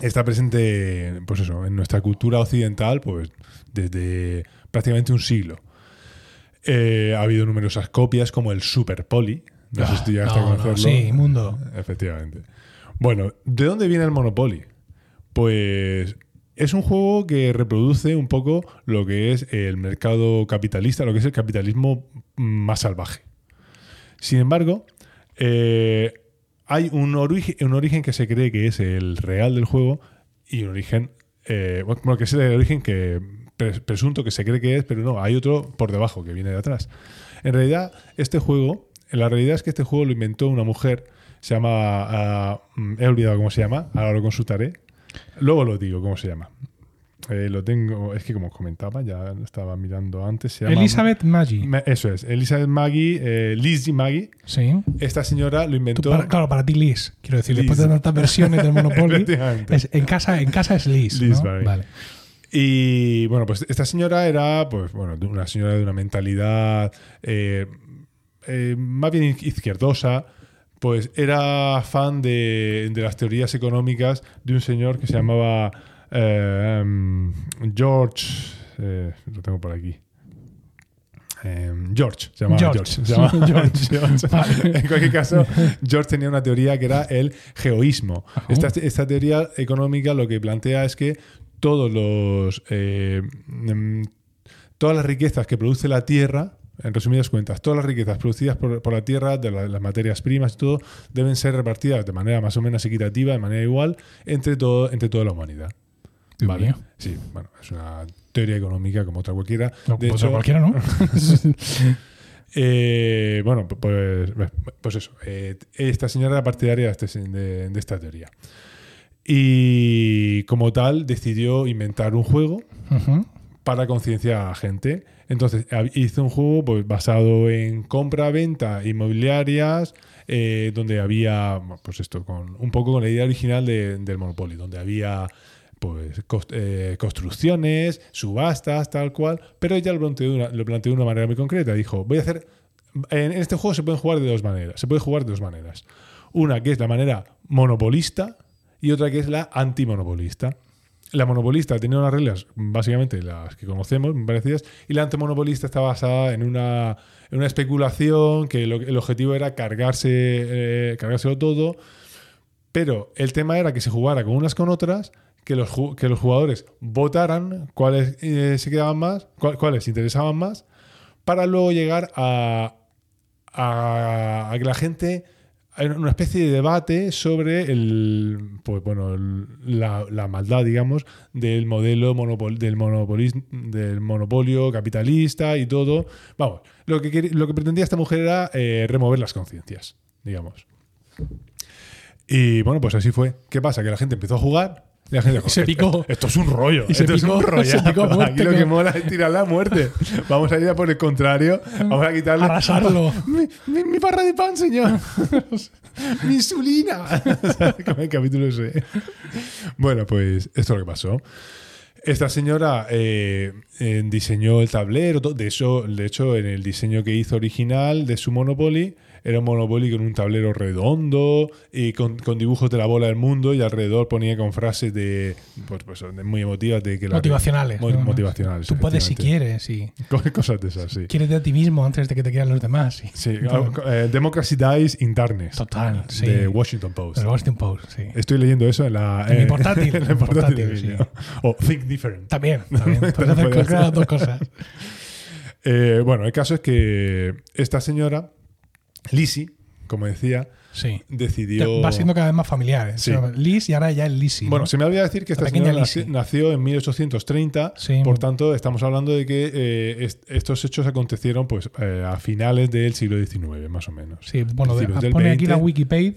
Speaker 2: Está presente, pues eso, en nuestra cultura occidental, pues desde prácticamente un siglo. Eh, ha habido numerosas copias, como el Super Poly. No sé si tú llegaste a
Speaker 1: Ah, No, no,
Speaker 2: conocerlo.
Speaker 1: sí, mundo.
Speaker 2: Efectivamente. Bueno, ¿de dónde viene el Monopoly? Pues es un juego que reproduce un poco lo que es el mercado capitalista, lo que es el capitalismo más salvaje. Sin embargo, eh, hay un, origi- un origen que se cree que es el real del juego y un origen, eh, bueno, que es el origen que pres- presunto que se cree que es, pero no, hay otro por debajo que viene de atrás. En realidad, este juego, la realidad es que este juego lo inventó una mujer, se llama, ah, mm, he olvidado cómo se llama, ahora lo consultaré, luego lo digo cómo se llama. Eh, lo tengo, es que como os comentaba, ya lo estaba mirando antes, se llama...
Speaker 1: Elizabeth Maggi.
Speaker 2: Ma- Eso es, Elizabeth Maggie, eh, Lizzie Maggie.
Speaker 1: Sí.
Speaker 2: Esta señora lo
Speaker 1: Tú,
Speaker 2: inventó.
Speaker 1: para- claro, para ti Liz. Quiero decir, después de
Speaker 2: Liz.
Speaker 1: tantas versiones del Monopoly,
Speaker 2: Efectivamente.
Speaker 1: es- en, casa, en casa es Liz.
Speaker 2: Liz,
Speaker 1: ¿no?
Speaker 2: vale. Y bueno, pues esta señora era, pues bueno, de una señora de una mentalidad eh, eh, más bien izquierdosa. Pues era fan de, de las teorías económicas de un señor que se llamaba eh, em, George. eh, lo tengo por aquí. Em, George, se llamaba
Speaker 1: George.
Speaker 2: George. se llamaba George, George. En cualquier caso, George tenía una teoría que era el geoísmo. Esta, esta teoría económica lo que plantea es que todos los eh, mm, todas las riquezas que produce la tierra, en resumidas cuentas, todas las riquezas producidas por, por la tierra, de la- las materias primas y todo, deben ser repartidas de manera más o menos equitativa, de manera igual, entre todo, entre toda la humanidad.
Speaker 1: Dios mío.
Speaker 2: Sí, bueno, es una teoría económica como otra cualquiera.
Speaker 1: No,
Speaker 2: de
Speaker 1: pues
Speaker 2: hecho,
Speaker 1: cualquiera, ¿no?
Speaker 2: eh, bueno, pu- pues, pues eso. eh, esta señora era partidaria de, este se- de- de esta teoría. Y como tal, decidió inventar un juego
Speaker 1: Ujú.
Speaker 2: para concienciar a la gente. Entonces a- hizo un juego pues, basado en compra, venta, inmobiliarias, eh, donde había, bueno, pues esto, con, un poco con la idea original de- del Monopoly, donde había pues cos- eh, construcciones, subastas, tal cual, pero ella lo planteó, de una, lo planteó de una manera muy concreta. Dijo, voy a hacer, en este juego se pueden jugar de dos maneras, se puede jugar de dos maneras. Una que es la manera monopolista y otra que es la antimonopolista. La monopolista tenía unas reglas, básicamente las que conocemos, muy parecidas, y la antimonopolista está basada en una, en una especulación que lo- el objetivo era cargarse, eh, cargárselo todo, pero el tema era que se jugara con unas con otras, que los, ju- que los jugadores votaran cuáles eh, se quedaban más, cua- cuáles interesaban más, para luego llegar a, a, a que la gente hay una especie de debate sobre el pues bueno el- la, la maldad digamos del modelo monopol- del monopolis- del monopolio capitalista y todo vamos lo que quer- lo que pretendía esta mujer era eh, remover las conciencias digamos y bueno pues así fue qué pasa que la gente empezó a jugar y la gente dijo,
Speaker 1: Se picó.
Speaker 2: esto es un rollo
Speaker 1: Y se
Speaker 2: esto
Speaker 1: picó,
Speaker 2: es un rollo
Speaker 1: se picó a
Speaker 2: aquí
Speaker 1: muerte
Speaker 2: lo que
Speaker 1: con-
Speaker 2: mola es tirar la muerte vamos a ir a por el contrario vamos a quitarle
Speaker 1: Arrasarlo.
Speaker 2: mi, mi- mi barra de pan, señor. mi insulina. Como el capítulo ese. Bueno, pues esto es lo que pasó. Esta señora eh, eh, diseñó el tablero. to- De, eso, de hecho, en el diseño que hizo original de su Monopoly, era un Monopoly con un tablero redondo y con, con dibujos de la bola del mundo y alrededor ponía con frases de, pues, pues, de- muy emotivas. De que la-
Speaker 1: Motivacionales,
Speaker 2: mo-
Speaker 1: ¿no?
Speaker 2: Motivacionales.
Speaker 1: Tú puedes si
Speaker 2: Pues efectivamente.
Speaker 1: quieres, y
Speaker 2: Cosas de esas, sí.
Speaker 1: quieres de a ti mismo antes de que te quieran los demás. sí.
Speaker 2: Sí, eh, Democracy Dies in Darkness.
Speaker 1: Total, sí.
Speaker 2: De Washington Post.
Speaker 1: El Washington Post, sí.
Speaker 2: Estoy leyendo eso en la.
Speaker 1: En mi
Speaker 2: eh,
Speaker 1: portátil,
Speaker 2: en
Speaker 1: en
Speaker 2: el portátil.
Speaker 1: portátil,
Speaker 2: del
Speaker 1: sí.
Speaker 2: niño. O Think Different.
Speaker 1: También, también.
Speaker 2: También
Speaker 1: Puedes hacer
Speaker 2: puede
Speaker 1: cualquiera de las
Speaker 2: ser.
Speaker 1: dos cosas.
Speaker 2: Eh, bueno, el caso es que esta señora, Lizzie, como decía,
Speaker 1: Sí. Ya
Speaker 2: decidió...
Speaker 1: Va siendo cada vez más familiar. ¿eh?
Speaker 2: Sí.
Speaker 1: O sea, Liz y ahora ya el Lizzie. ¿no?
Speaker 2: Bueno, se me olvidó decir que
Speaker 1: La
Speaker 2: esta
Speaker 1: pequeña
Speaker 2: señora naci-
Speaker 1: Lizzie.
Speaker 2: nació en 1830,
Speaker 1: Sí, muy-
Speaker 2: por tanto estamos hablando de que eh, est- estos hechos acontecieron pues eh, a finales del siglo XIX, más o menos.
Speaker 1: Sí, bueno, de-
Speaker 2: principios del
Speaker 1: pone aquí la
Speaker 2: 20.
Speaker 1: Wikipedia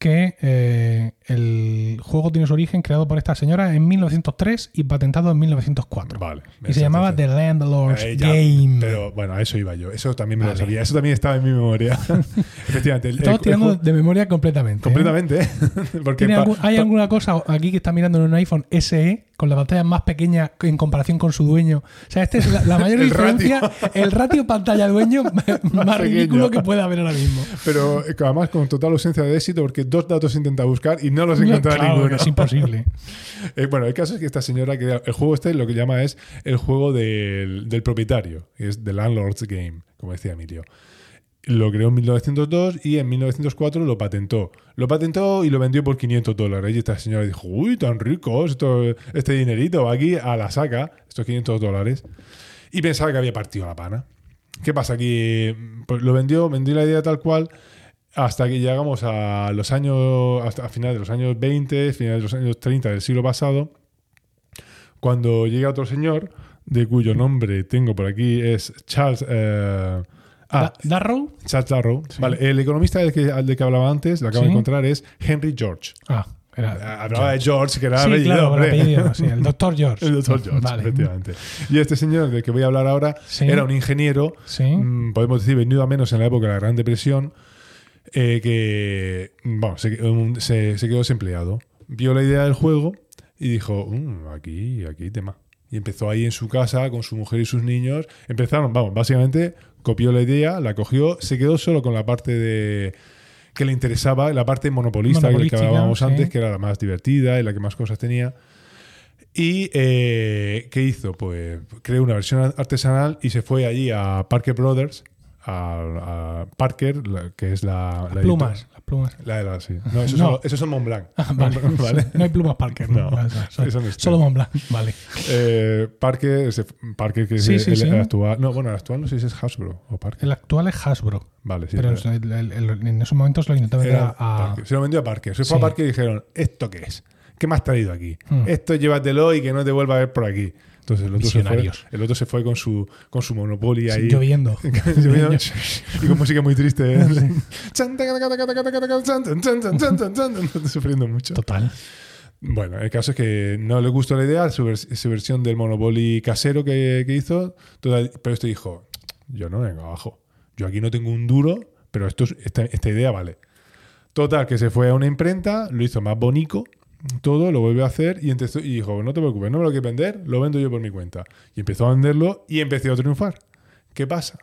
Speaker 1: que eh, el juego tiene su origen creado por esta señora en 1903 y patentado en 1904.
Speaker 2: Vale.
Speaker 1: y se llamaba The
Speaker 2: Entonces,
Speaker 1: Landlord's
Speaker 2: eh, ya,
Speaker 1: Game.
Speaker 2: Pero bueno, a eso iba yo. Eso también me
Speaker 1: Vale.
Speaker 2: lo sabía. Eso también estaba en mi memoria. Efectivamente. el- el-
Speaker 1: Estamos
Speaker 2: el
Speaker 1: tirando
Speaker 2: juego-
Speaker 1: de memoria completamente. ¿eh?
Speaker 2: completamente. ¿eh? Porque
Speaker 1: ¿Tiene
Speaker 2: pa-
Speaker 1: algún- ¿Hay
Speaker 2: pa-
Speaker 1: alguna cosa aquí que está mirando en un iPhone SE con la pantalla más pequeña en comparación con su dueño? O sea, esta es la, la mayor
Speaker 2: El
Speaker 1: diferencia, el ratio pantalla-dueño más,
Speaker 2: Más
Speaker 1: ridículo
Speaker 2: pequeño.
Speaker 1: que pueda haber ahora mismo.
Speaker 2: pero eh, además con total ausencia de éxito porque dos datos intenta buscar y no los encuentra
Speaker 1: Claro,
Speaker 2: ninguno.
Speaker 1: Es imposible.
Speaker 2: Eh, bueno, el caso es que esta señora, que el juego este lo que llama es el juego del, del propietario, que es The Landlord's Game, como decía Emilio. Lo creó en 1902 y en 1904 lo patentó. Lo patentó y lo vendió por 500 dólares. Y esta señora dijo, uy, tan rico esto- este dinerito, va aquí a la saca, estos 500 dólares. Y pensaba que había partido la pana. ¿Qué pasa? Que pues, lo vendió, vendió la idea tal cual hasta que llegamos a los años, hasta a finales de los años 20, finales de los años 30 del siglo pasado, cuando llega otro señor, de cuyo nombre tengo por aquí, es Charles... eh, ah,
Speaker 1: Da- Darrow.
Speaker 2: Charles Darrow. Vale, el economista del que, al de que hablaba antes, lo acabo
Speaker 1: Sí.
Speaker 2: de encontrar, es Henry George.
Speaker 1: Ah, era.
Speaker 2: Hablaba de George, que era
Speaker 1: Sí,
Speaker 2: apellido,
Speaker 1: claro, por
Speaker 2: hombre.
Speaker 1: apellido, sí, el doctor George.
Speaker 2: El doctor George,
Speaker 1: Vale.
Speaker 2: efectivamente. Y este señor del que voy a hablar ahora
Speaker 1: Sí.
Speaker 2: era un ingeniero,
Speaker 1: Sí.
Speaker 2: mm, podemos decir, venido a menos en la época de la Gran Depresión, eh, que bueno, se, un- se- se quedó desempleado. Vio la idea del juego y dijo, "Mm, aquí, aquí hay tema. Y empezó ahí en su casa con su mujer y sus niños. Empezaron, vamos, básicamente copió la idea, la cogió, se quedó solo con la parte de que le interesaba, la parte monopolista, que,
Speaker 1: Monopolística,
Speaker 2: hablábamos
Speaker 1: sí.
Speaker 2: antes, que era la más divertida y la que más cosas tenía. ¿Y eh, qué hizo? Pues creó una versión artesanal y se fue allí a Parker Brothers, a, a Parker, la- que es la... la
Speaker 1: Plumas, las plumas.
Speaker 2: editora- La de la, sí. No, esos,
Speaker 1: No.
Speaker 2: Son, esos son Mont Blanc.
Speaker 1: Ah, vale.
Speaker 2: Vale.
Speaker 1: No hay plumas Parker. No,
Speaker 2: No,
Speaker 1: Solo,
Speaker 2: eso no está.
Speaker 1: solo Mont Blanc. Vale.
Speaker 2: Eh, Parker, ese- Parker que es
Speaker 1: Sí,
Speaker 2: el,
Speaker 1: sí,
Speaker 2: el-
Speaker 1: sí.
Speaker 2: el actual... No, bueno, el actual no sé si es Hasbro o Parker.
Speaker 1: El actual es Hasbro.
Speaker 2: Vale, sí.
Speaker 1: pero
Speaker 2: era-
Speaker 1: el- el- el- en esos momentos lo intentaba
Speaker 2: era
Speaker 1: vender a.
Speaker 2: Parker. Se lo vendió a Parker. Se
Speaker 1: Sí.
Speaker 2: fue a Parker y dijeron, ¿esto qué es? ¿Qué me has traído aquí?
Speaker 1: Hmm.
Speaker 2: Esto llévatelo y que no te vuelva a ver por aquí. Entonces el otro, se fue,
Speaker 1: Visionarios.
Speaker 2: el otro se fue con su, con su Monopoly ahí.
Speaker 1: lloviendo.
Speaker 2: Lloviendo. y con música muy triste. ¿eh? Chan, taca, taca, taca, taca, taca, chan, chan, chan, chan, chan, chan, chan. Sufriendo mucho.
Speaker 1: Total.
Speaker 2: Bueno, el caso es que no le gustó la idea, su, vers- su versión del Monopoly casero que, que hizo, total- pero este dijo, yo no vengo abajo, yo aquí no tengo un duro, pero esto es- esta, esta idea vale. Total, que se fue a una imprenta, lo hizo más bonito, todo, lo volvió a hacer y, empezó- y dijo, no te preocupes, no me lo quieres vender, lo vendo yo por mi cuenta. Y empezó a venderlo y empezó a triunfar. ¿Qué pasa?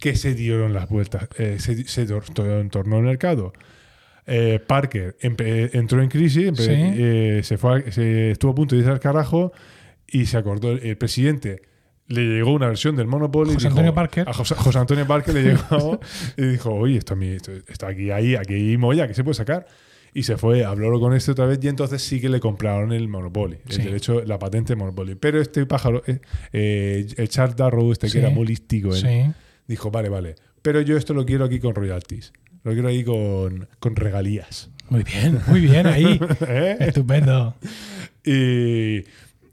Speaker 2: Que se dieron las vueltas, eh, se, di- se tor- tor- tornó el mercado. Eh, Parker empe- entró en crisis, empe-
Speaker 1: Sí.
Speaker 2: eh, se fue a- se estuvo a punto de irse al carajo y se acordó el, el presidente. Le llegó una versión del Monopoly. y
Speaker 1: José
Speaker 2: dijo-
Speaker 1: Antonio Parker.
Speaker 2: A José, José Antonio Parker le llegó y dijo: Oye, esto, a mí- esto- esto aquí, ahí, aquí hay molla, que se puede sacar. Y se fue, habló con este otra vez y entonces sí que le compraron el Monopoly, el
Speaker 1: Sí.
Speaker 2: derecho, la patente de Monopoly. Pero este pájaro, eh, eh, el Charles Darrow, este
Speaker 1: Sí.
Speaker 2: que era muy lístico, él,
Speaker 1: Sí.
Speaker 2: dijo: Vale, vale, pero yo esto lo quiero aquí con royalties, lo quiero aquí con, con regalías.
Speaker 1: Muy bien, muy bien ahí.
Speaker 2: ¿Eh?
Speaker 1: Estupendo.
Speaker 2: Y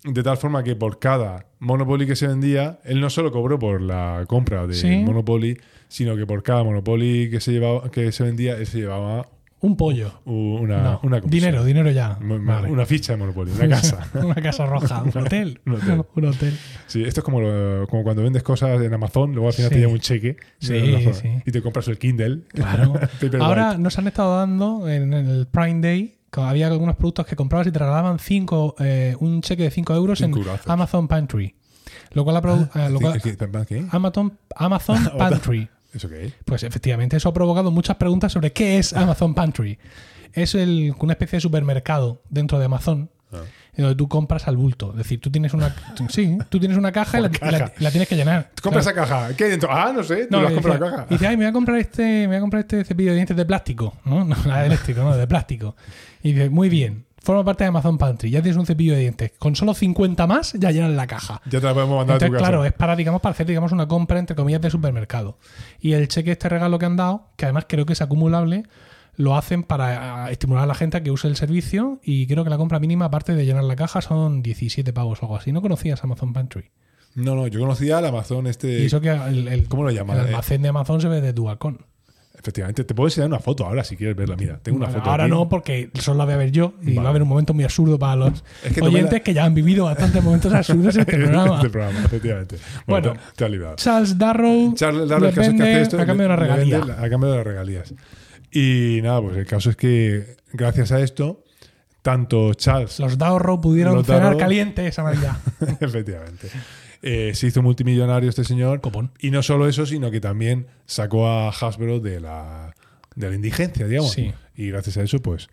Speaker 2: de tal forma que por cada Monopoly que se vendía, él no solo cobró por la compra de
Speaker 1: Sí.
Speaker 2: Monopoly, sino que por cada Monopoly que se, llevaba, que se vendía, él se llevaba
Speaker 1: Un pollo.
Speaker 2: u- una,
Speaker 1: No,
Speaker 2: Ah, una comisión.
Speaker 1: dinero, dinero ya.
Speaker 2: Mu- mu-
Speaker 1: Vale.
Speaker 2: Una ficha de Monopoly, una casa.
Speaker 1: una casa roja. Un hotel.
Speaker 2: Un hotel.
Speaker 1: Un hotel.
Speaker 2: Sí, esto es como, lo- como cuando vendes cosas en Amazon, luego al final te
Speaker 1: Sí.
Speaker 2: llega un cheque
Speaker 1: Sí,
Speaker 2: de Amazon
Speaker 1: sí.
Speaker 2: y te compras el Kindle.
Speaker 1: Claro.
Speaker 2: Paperwhite.
Speaker 1: Ahora nos han estado dando en el Prime Day. que Había algunos productos que comprabas y te regalaban cinco, eh, un cheque de 5 euros
Speaker 2: Cinco
Speaker 1: en
Speaker 2: eurazos.
Speaker 1: Amazon Pantry. Lo cual, ha produ- eh, lo cual-
Speaker 2: Sí, es que- perdón, ¿qué?
Speaker 1: Amazon, Amazon Pantry.
Speaker 2: ¿Eso qué es?
Speaker 1: Pues efectivamente, eso ha provocado muchas preguntas sobre qué es Amazon Pantry. Es el, una especie de supermercado dentro de Amazon
Speaker 2: Ah.
Speaker 1: en donde tú compras al bulto. Es decir, tú tienes una, sí, tú tienes una caja y la,
Speaker 2: caja.
Speaker 1: la- la tienes que llenar.
Speaker 2: Compra
Speaker 1: Claro.
Speaker 2: esa caja. ¿Qué hay dentro? Ah, no sé. Tú
Speaker 1: No,
Speaker 2: lo has
Speaker 1: y
Speaker 2: comprado
Speaker 1: decía-
Speaker 2: la caja.
Speaker 1: y dice, ay, me voy a comprar este, me voy a comprar este cepillo de dientes de plástico, ¿no? No, nada de eléctrico, no, de plástico. Y dice, muy bien, forma parte de Amazon Pantry, ya tienes un cepillo de dientes. Con solo 50 más ya llenas la caja.
Speaker 2: Ya te la podemos mandar a tu
Speaker 1: Entonces,
Speaker 2: casa.
Speaker 1: claro, eh. es para, digamos, para hacer, digamos, una compra, entre comillas, de supermercado. Y el cheque, este regalo que han dado, que además creo que es acumulable, lo hacen para eh, estimular a la gente a que use el servicio y creo que la compra mínima, aparte de llenar la caja, son 17 pavos o algo así. No conocías Amazon Pantry.
Speaker 2: No, no, yo conocía al Amazon este.
Speaker 1: y eso que el, el-
Speaker 2: ¿Cómo lo llaman? Eh,
Speaker 1: el almacén de Amazon se ve desde tu balcón.
Speaker 2: Efectivamente, te puedo enseñar una foto ahora si quieres verla. Mira, tengo una
Speaker 1: Bueno,
Speaker 2: foto.
Speaker 1: Ahora
Speaker 2: aquí.
Speaker 1: no, porque solo la voy a ver yo y
Speaker 2: Vale.
Speaker 1: va a haber un momento muy absurdo para los
Speaker 2: Es que tomé
Speaker 1: oyentes
Speaker 2: la-
Speaker 1: que ya han vivido bastantes momentos absurdos en este programa.
Speaker 2: Este programa, efectivamente. Bueno,
Speaker 1: Bueno.
Speaker 2: te, te ha librado.
Speaker 1: Charles Darrow,
Speaker 2: Charles Darwin, el
Speaker 1: le
Speaker 2: caso es que
Speaker 1: vende
Speaker 2: hace esto.
Speaker 1: a cambio de una
Speaker 2: le- le
Speaker 1: regalía.
Speaker 2: vende la- A cambio de las regalías. Y nada, pues el caso es que gracias a esto, tanto Charles,
Speaker 1: Los Darrow pudieron
Speaker 2: Los
Speaker 1: cenar
Speaker 2: Darrow-
Speaker 1: caliente esa Navidad.
Speaker 2: efectivamente, eh, se hizo multimillonario este señor.
Speaker 1: Copón.
Speaker 2: Y no solo eso, sino que también sacó a Hasbro de la, de la indigencia, digamos.
Speaker 1: Sí.
Speaker 2: Y gracias a eso, pues,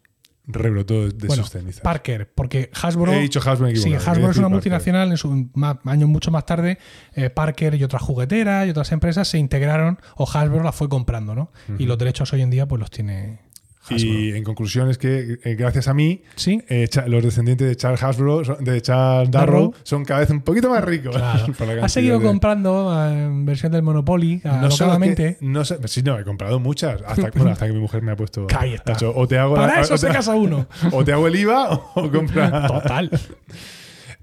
Speaker 2: rebrotó de
Speaker 1: bueno,
Speaker 2: sus cenizas.
Speaker 1: Parker, porque Hasbro.
Speaker 2: He dicho Hasbro, me he
Speaker 1: Sí,
Speaker 2: equivocado.
Speaker 1: Hasbro
Speaker 2: Quería
Speaker 1: es una
Speaker 2: decir Parker.
Speaker 1: multinacional, en su- ma- años mucho más tarde, eh, Parker y otras jugueteras y otras empresas se integraron o Hasbro las fue comprando, ¿no? Y los derechos hoy en día pues los tiene Hasbro.
Speaker 2: Y en conclusión es que eh, gracias a mí,
Speaker 1: Sí.
Speaker 2: eh, Cha- los descendientes de Charles Hasbro, son- de Charles Darrow,
Speaker 1: Darrow.
Speaker 2: son cada vez un poquito más ricos.
Speaker 1: Claro.
Speaker 2: Por la
Speaker 1: Ha
Speaker 2: cantidad
Speaker 1: seguido
Speaker 2: de-
Speaker 1: comprando eh, versión del Monopoly
Speaker 2: No solo
Speaker 1: alocadamente.
Speaker 2: que- no sé- sí, no, he comprado muchas. Hasta, bueno, hasta que mi mujer me ha puesto.
Speaker 1: Ahí está.
Speaker 2: ha dicho, o te hago la-
Speaker 1: Para
Speaker 2: o
Speaker 1: eso se
Speaker 2: te-
Speaker 1: casa uno.
Speaker 2: o te hago el IVA o compra.
Speaker 1: Total.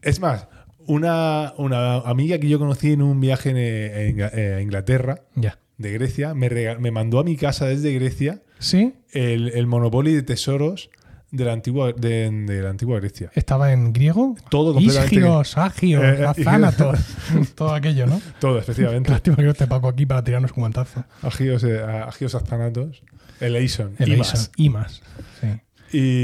Speaker 2: Es más, una, una amiga que yo conocí en un viaje en, eh, en Ga- eh, a Inglaterra,
Speaker 1: Ya.
Speaker 2: de Grecia, me, rega- me mandó a mi casa desde Grecia
Speaker 1: Sí,
Speaker 2: el, el Monopoly de tesoros de la antigua, de, de la antigua Grecia.
Speaker 1: estaba en griego.
Speaker 2: Todo completamente-
Speaker 1: Isgios, agios,
Speaker 2: Eh, eh,
Speaker 1: azánatos, todo aquello, ¿no?
Speaker 2: Todo, efectivamente.
Speaker 1: Lástima que no esté Paco aquí para tirarnos un guantazo.
Speaker 2: Agios, eh, agios astanatos, el Aison,
Speaker 1: El
Speaker 2: y
Speaker 1: Aison,
Speaker 2: más.
Speaker 1: Y más. Sí.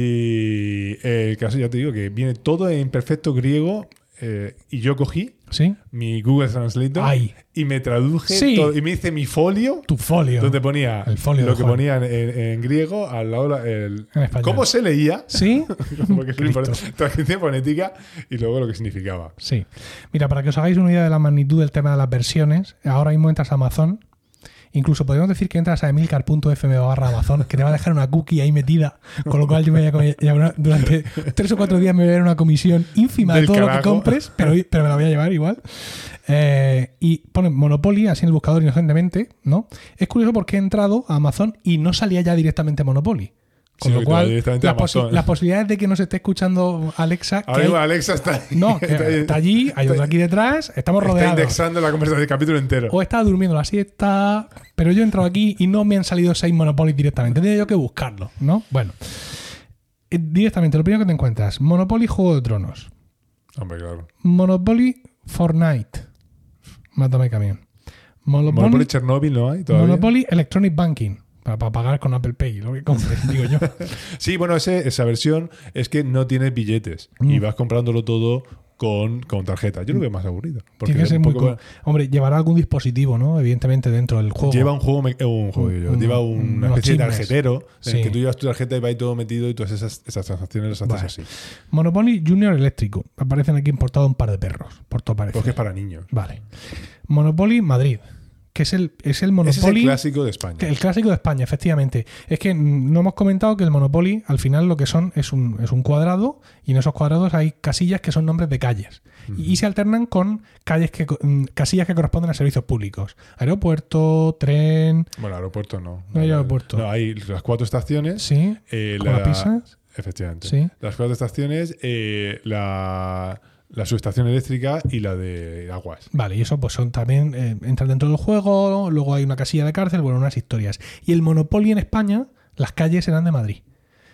Speaker 2: Y el caso, ya te digo, que viene todo en perfecto griego eh, y yo cogí
Speaker 1: ¿Sí?
Speaker 2: mi Google Translator
Speaker 1: Ay.
Speaker 2: y me traduje
Speaker 1: Sí.
Speaker 2: todo, y me hice mi folio
Speaker 1: Tu folio.
Speaker 2: donde ponía
Speaker 1: El folio
Speaker 2: lo
Speaker 1: de
Speaker 2: que
Speaker 1: Juan.
Speaker 2: ponía en, en- en griego al lado la- el,
Speaker 1: En español.
Speaker 2: cómo se leía
Speaker 1: ¿Sí?
Speaker 2: porque es lo
Speaker 1: Cristo.
Speaker 2: importante, transcripción fonética y luego lo que significaba
Speaker 1: Sí. Mira, para que os hagáis una idea de la magnitud del tema de las versiones, ahora mismo entras a Amazon. Incluso podríamos decir que entras a emilcar.fm barra Amazon, que te va a dejar una cookie ahí metida, con lo cual yo me voy a comer- llevar una- durante tres o cuatro días me voy a llevar una comisión ínfima de
Speaker 2: Del
Speaker 1: todo lo que
Speaker 2: carajo.
Speaker 1: compres, pero, pero me la voy a llevar igual. Eh, y ponen Monopoly así en el buscador inocentemente, ¿no? Es curioso porque he entrado a Amazon y no salía ya directamente Monopoly. Con
Speaker 2: Sí,
Speaker 1: lo
Speaker 2: que te va
Speaker 1: cual,
Speaker 2: directamente a
Speaker 1: las, posi-
Speaker 2: Amazon.
Speaker 1: las posibilidades de que nos esté escuchando Alexa, que
Speaker 2: ahora
Speaker 1: hay
Speaker 2: mismo Alexa está ahí,
Speaker 1: no, que está allí, hay otro aquí detrás, estamos
Speaker 2: está
Speaker 1: rodeados.
Speaker 2: indexando la conversación del capítulo entero
Speaker 1: O está durmiendo la siesta, pero yo he entrado aquí y no me han salido seis Monopoly directamente. Tenía yo que buscarlo, ¿no? Bueno. Eh, Directamente, lo primero que te encuentras, Monopoly Juego de Tronos,
Speaker 2: hombre claro
Speaker 1: Monopoly Fortnite, Mátame Camión, Monopoly,
Speaker 2: Monopoly
Speaker 1: Monopoly,
Speaker 2: Chernobyl no hay todavía
Speaker 1: Electronic Banking, para, para pagar con Apple Pay, lo que compres, digo yo.
Speaker 2: Sí, bueno, ese- esa versión es que no tiene billetes
Speaker 1: Mm.
Speaker 2: y vas comprándolo todo con, con tarjeta. Yo lo veo más aburrido. porque
Speaker 1: Tiene que
Speaker 2: es
Speaker 1: ser
Speaker 2: un
Speaker 1: muy
Speaker 2: poco-
Speaker 1: co- Hombre, llevará algún dispositivo, ¿no? Evidentemente dentro del juego.
Speaker 2: Lleva un juego, me- eh, un juego, yo,
Speaker 1: Un-
Speaker 2: lleva un-
Speaker 1: unos
Speaker 2: una especie de
Speaker 1: chismes.
Speaker 2: tarjetero en
Speaker 1: Sí.
Speaker 2: el que tú llevas tu tarjeta y va ahí todo metido y todas esas, esas transacciones las haces
Speaker 1: Vale.
Speaker 2: así.
Speaker 1: Monopoly Junior Eléctrico. Aparecen aquí importados un par de perros, por todo parece.
Speaker 2: Porque es para niños.
Speaker 1: Vale. Monopoly Madrid, que es el, es el Monopoly.
Speaker 2: Ese es el clásico de España.
Speaker 1: que- el clásico de España, efectivamente. Es que mm, no hemos comentado que el Monopoly, al final, lo que son es un, es un cuadrado, y en esos cuadrados hay casillas que son nombres de calles. y, y se alternan con calles que co- mm, casillas que corresponden a servicios públicos. Aeropuerto, tren.
Speaker 2: Bueno, aeropuerto no.
Speaker 1: No hay aeropuerto.
Speaker 2: No, hay las cuatro estaciones.
Speaker 1: Sí.
Speaker 2: eh,
Speaker 1: ¿Con la pizza?
Speaker 2: Efectivamente.
Speaker 1: Sí.
Speaker 2: Las cuatro estaciones, eh, la, la subestación eléctrica y la de aguas.
Speaker 1: Vale, y eso pues son también, eh, entran dentro del juego, luego hay una casilla de cárcel, bueno, unas historias. Y el Monopoly en España, las calles eran de Madrid.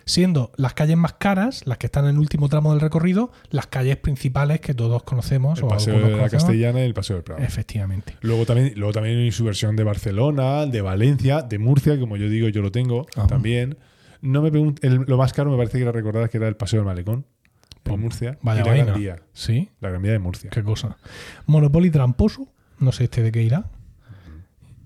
Speaker 1: Siendo las calles más caras, las que están en el último tramo del recorrido, las calles principales que todos conocemos.
Speaker 2: El
Speaker 1: o
Speaker 2: paseo
Speaker 1: algunos
Speaker 2: de la
Speaker 1: conocemos.
Speaker 2: Castellana y el paseo del Prado.
Speaker 1: Efectivamente.
Speaker 2: Luego también, luego también hay su versión de Barcelona, de Valencia, de Murcia, que como yo digo, yo lo tengo
Speaker 1: Ah.
Speaker 2: también. No me pregun- el- lo más caro me parece que era recordar que era el Paseo del Malecón en Murcia
Speaker 1: Vaya
Speaker 2: y la
Speaker 1: vaina.
Speaker 2: Gran Vía,
Speaker 1: Sí,
Speaker 2: la Gran Vía de Murcia.
Speaker 1: qué cosa. Monopoly tramposo, no sé este de qué irá.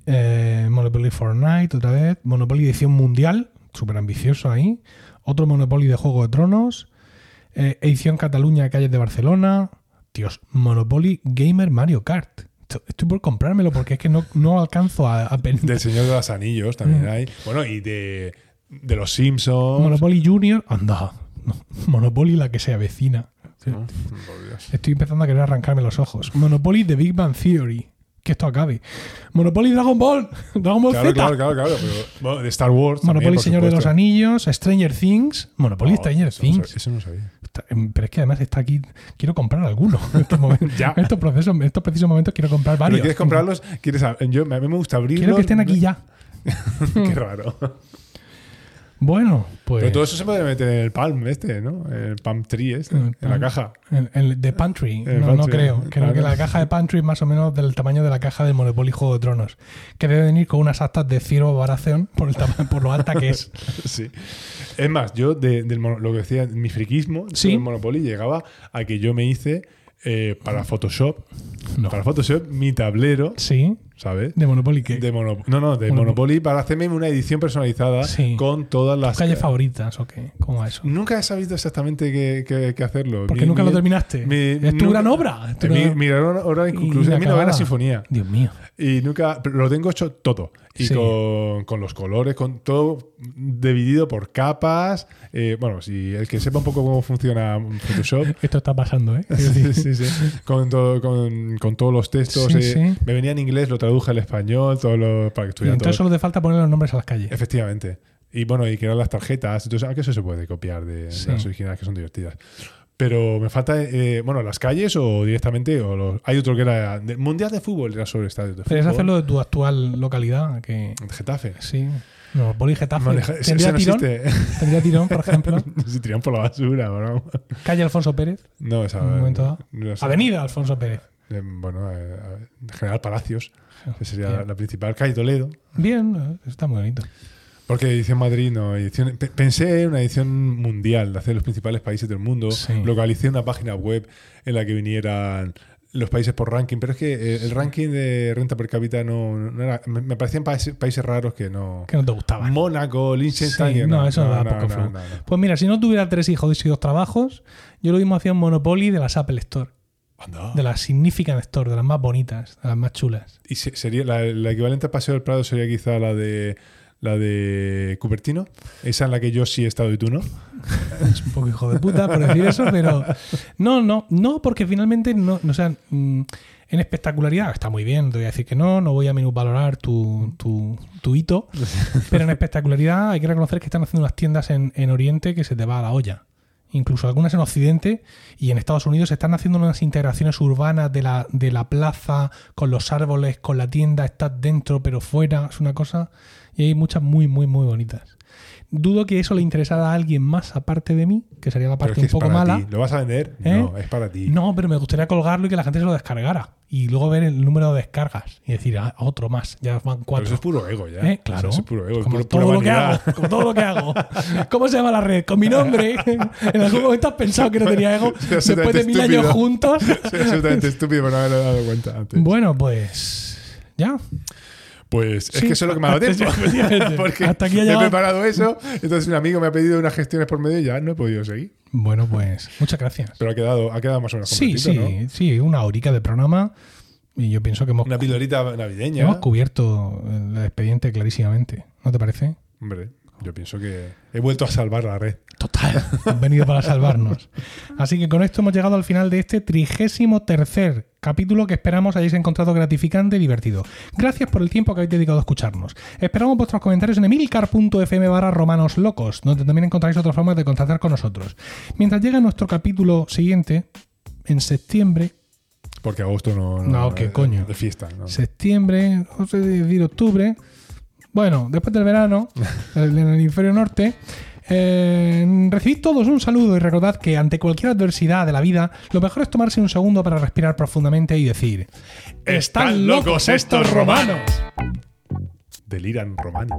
Speaker 1: Eh, Monopoly Fortnite, otra vez. Monopoly edición mundial, súper ambicioso ahí. Otro Monopoly de Juego de Tronos. Eh, edición Cataluña, calles de Barcelona. Dios, Monopoly Gamer Mario Kart. Esto- Estoy por comprármelo porque es que no, no alcanzo a, a pen-
Speaker 2: Del Señor de los Anillos también
Speaker 1: Mm.
Speaker 2: hay. Bueno, y de, de los Simpsons.
Speaker 1: Monopoly Junior, anda. no, Monopoly la que se avecina.
Speaker 2: ¿no? Ah, Por Dios.
Speaker 1: Estoy empezando a querer arrancarme los ojos. Monopoly The Big Bang Theory. que esto acabe. Monopoly Dragon Ball, Dragon Ball
Speaker 2: Claro,
Speaker 1: Z.
Speaker 2: claro, claro, claro. Pero, bueno, de Star Wars. también,
Speaker 1: Monopoly
Speaker 2: por
Speaker 1: Señor de los
Speaker 2: supuesto.
Speaker 1: Anillos, Stranger Things, Monopoly
Speaker 2: No,
Speaker 1: Stranger
Speaker 2: eso no
Speaker 1: Things.
Speaker 2: sabía- Eso no sabía.
Speaker 1: Está- em, Pero es que además está aquí. Quiero comprar alguno. En estos, momen-
Speaker 2: Ya.
Speaker 1: en estos procesos, en estos precisos momentos quiero comprar
Speaker 2: Pero
Speaker 1: varios.
Speaker 2: quieres comprarlos, quieres a, yo, a mí me gusta abrirlos.
Speaker 1: Quiero que estén aquí ya.
Speaker 2: Qué raro.
Speaker 1: Bueno, pues.
Speaker 2: Pero todo eso se puede meter en el Palm este, ¿no? El Palm Tree este,
Speaker 1: El
Speaker 2: en la
Speaker 1: Palm.
Speaker 2: caja.
Speaker 1: El, el de Pantry,
Speaker 2: El
Speaker 1: no, no
Speaker 2: Eh, Pantry,
Speaker 1: creo. Creo
Speaker 2: claro.
Speaker 1: que la caja de Pantry es más o menos del tamaño de la caja del Monopoly Juego de Tronos, que debe venir con unas actas de cero varación por, el tama- por lo alta que es.
Speaker 2: Sí. Es más, yo de, del mono- lo que decía, mi friquismo
Speaker 1: Sí.
Speaker 2: del Monopoly llegaba a que yo me hice eh, para Photoshop,
Speaker 1: No.
Speaker 2: para Photoshop mi tablero,
Speaker 1: Sí,
Speaker 2: ¿sabes?
Speaker 1: de Monopoly que
Speaker 2: De Mono- no, no, de
Speaker 1: Monopo-
Speaker 2: Monopoly para hacerme una edición personalizada
Speaker 1: Sí.
Speaker 2: con todas las...
Speaker 1: calles favoritas o qué, ¿cómo va eso?
Speaker 2: Nunca he sabido exactamente qué, qué- qué hacerlo.
Speaker 1: Porque
Speaker 2: Mi-
Speaker 1: nunca
Speaker 2: mi-
Speaker 1: lo terminaste.
Speaker 2: mi-
Speaker 1: es tu
Speaker 2: nunca-
Speaker 1: gran obra. es tu
Speaker 2: Mi,
Speaker 1: gran-
Speaker 2: mi gran obra inconclusa. Es mi
Speaker 1: inacabada.
Speaker 2: novena sinfonía.
Speaker 1: Dios mío.
Speaker 2: Y nunca. pero Lo tengo hecho todo. Y
Speaker 1: Sí.
Speaker 2: con, con los colores, con todo dividido por capas. Eh, bueno, si el que sepa un poco cómo funciona Photoshop.
Speaker 1: Esto está pasando, ¿eh? Quiero
Speaker 2: sí,
Speaker 1: decir,
Speaker 2: sí, sí. Con, todo- con, con todos los textos.
Speaker 1: Sí,
Speaker 2: eh,
Speaker 1: sí.
Speaker 2: Me venía en inglés, lo traduje al español, todo lo, para que
Speaker 1: y
Speaker 2: estuviera
Speaker 1: entonces
Speaker 2: todo.
Speaker 1: solo te falta poner los nombres a las calles.
Speaker 2: Efectivamente. Y bueno, y crear las tarjetas. Entonces, aunque eso se puede copiar de, de
Speaker 1: Sí.
Speaker 2: las originales que son divertidas. Pero me falta, eh, bueno, las calles o directamente. O los- hay otro que era de- Mundial de Fútbol, era sobre estadios de
Speaker 1: Pero es
Speaker 2: fútbol.
Speaker 1: hacerlo de tu actual localidad, que
Speaker 2: Getafe.
Speaker 1: sí. Monopoly Getafe.
Speaker 2: Maneja- ese-
Speaker 1: tendría,
Speaker 2: ese no
Speaker 1: tirón,
Speaker 2: existe.
Speaker 1: tendría tirón, por ejemplo.
Speaker 2: Se tiran por la basura, bro.
Speaker 1: Calle Alfonso Pérez.
Speaker 2: No, esa.
Speaker 1: Un momento dado.
Speaker 2: no sé.
Speaker 1: Avenida Alfonso Pérez.
Speaker 2: Eh, Bueno, eh, a ver, General Palacios. que sería
Speaker 1: Ah, Bien.
Speaker 2: la, la principal. Calle Toledo.
Speaker 1: Bien, está muy bonito.
Speaker 2: Porque edición Madrid no. Edición, pe- pensé en una edición mundial de hacer los principales países del mundo.
Speaker 1: Sí.
Speaker 2: Localicé una página web en la que vinieran los países por ranking. Pero es que eh, el ranking de renta per cápita no, no era. Me, me parecían países, países raros que no.
Speaker 1: Que no te gustaba.
Speaker 2: Mónaco, Liechtenstein.
Speaker 1: Sí,
Speaker 2: que
Speaker 1: no, eso da poco flow. Pues mira, si no tuviera tres hijos y dos trabajos, yo lo mismo hacía un Monopoly de las Apple Store,
Speaker 2: Anda.
Speaker 1: de las Significant Store, de las más bonitas, de las más chulas.
Speaker 2: Y se- sería la, la equivalente a Paseo del Prado sería quizá la de la de Cupertino, esa en la que yo sí he estado y tú no.
Speaker 1: Es un poco hijo de puta por decir eso, pero no, no, no, porque finalmente no, no, o sea, mm, en espectacularidad está muy bien, te voy a decir que no, no voy a minusvalorar tu, tu, tu hito, pero en espectacularidad hay que reconocer que están haciendo unas tiendas en, en Oriente que se te va a la olla. Incluso algunas en Occidente y en Estados Unidos se están haciendo unas integraciones urbanas de la, de la plaza con los árboles, con la tienda, estás dentro pero fuera, es una cosa. Y hay muchas muy, muy, muy bonitas. Dudo que eso le interesara a alguien más aparte de mí, que sería la
Speaker 2: Pero es
Speaker 1: parte
Speaker 2: que
Speaker 1: un
Speaker 2: es
Speaker 1: poco
Speaker 2: para
Speaker 1: mala.
Speaker 2: ti. ¿Lo vas a vender?
Speaker 1: ¿Eh?
Speaker 2: No, es para ti.
Speaker 1: No, pero me gustaría colgarlo y que la gente se lo descargara. Y luego ver el número de descargas y decir, ah, otro más, ya van
Speaker 2: Pero eso
Speaker 1: cuatro.
Speaker 2: es puro ego ya.
Speaker 1: ¿Eh? Claro.
Speaker 2: Eso es puro ego. es
Speaker 1: como,
Speaker 2: puro-
Speaker 1: todo
Speaker 2: pura
Speaker 1: lo que
Speaker 2: vanidad.
Speaker 1: hago, como todo lo que hago. ¿Cómo se llama la red? Con mi nombre. En algún momento has pensado que no tenía ego.
Speaker 2: Sí,
Speaker 1: Después de
Speaker 2: absolutamente
Speaker 1: mil años
Speaker 2: estúpido.
Speaker 1: juntos.
Speaker 2: Soy absolutamente estúpido por no haberme dado cuenta antes.
Speaker 1: bueno, pues. Ya.
Speaker 2: Pues es
Speaker 1: Sí,
Speaker 2: que eso es lo que me ha dado
Speaker 1: antes
Speaker 2: tiempo.
Speaker 1: ya, efectivamente.
Speaker 2: Porque
Speaker 1: Hasta aquí ha
Speaker 2: he
Speaker 1: llegado.
Speaker 2: preparado eso. Entonces un amigo me ha pedido unas gestiones por medio y ya no he podido seguir.
Speaker 1: Bueno, pues. Muchas gracias.
Speaker 2: Pero ha quedado, ha quedado más o menos
Speaker 1: Sí, sí,
Speaker 2: completito, ¿no?
Speaker 1: sí. Una horica de programa. Y yo pienso que hemos,
Speaker 2: Una pildorita navideña.
Speaker 1: hemos cubierto el expediente clarísimamente. ¿No te parece?
Speaker 2: Hombre, yo pienso que he vuelto a salvar la red.
Speaker 1: Total, han venido para salvarnos. Así que con esto hemos llegado al final de este trigésimo tercer capítulo que esperamos hayáis encontrado gratificante y divertido. Gracias por el tiempo que habéis dedicado a escucharnos. Esperamos vuestros comentarios en emilcar.fm barra romanoslocos, donde también encontráis otras formas de contactar con nosotros. Mientras llega nuestro capítulo siguiente, en septiembre,
Speaker 2: Porque agosto no.
Speaker 1: No, qué
Speaker 2: es-
Speaker 1: coño.
Speaker 2: De fiesta, ¿no?
Speaker 1: septiembre, no sé decir octubre. Bueno, después del verano, en el hemisferio norte, eh, recibid todos un saludo y recordad que ante cualquier adversidad de la vida, lo mejor es tomarse un segundo para respirar profundamente y decir:
Speaker 2: Están locos estos romanos". Deliran Romani.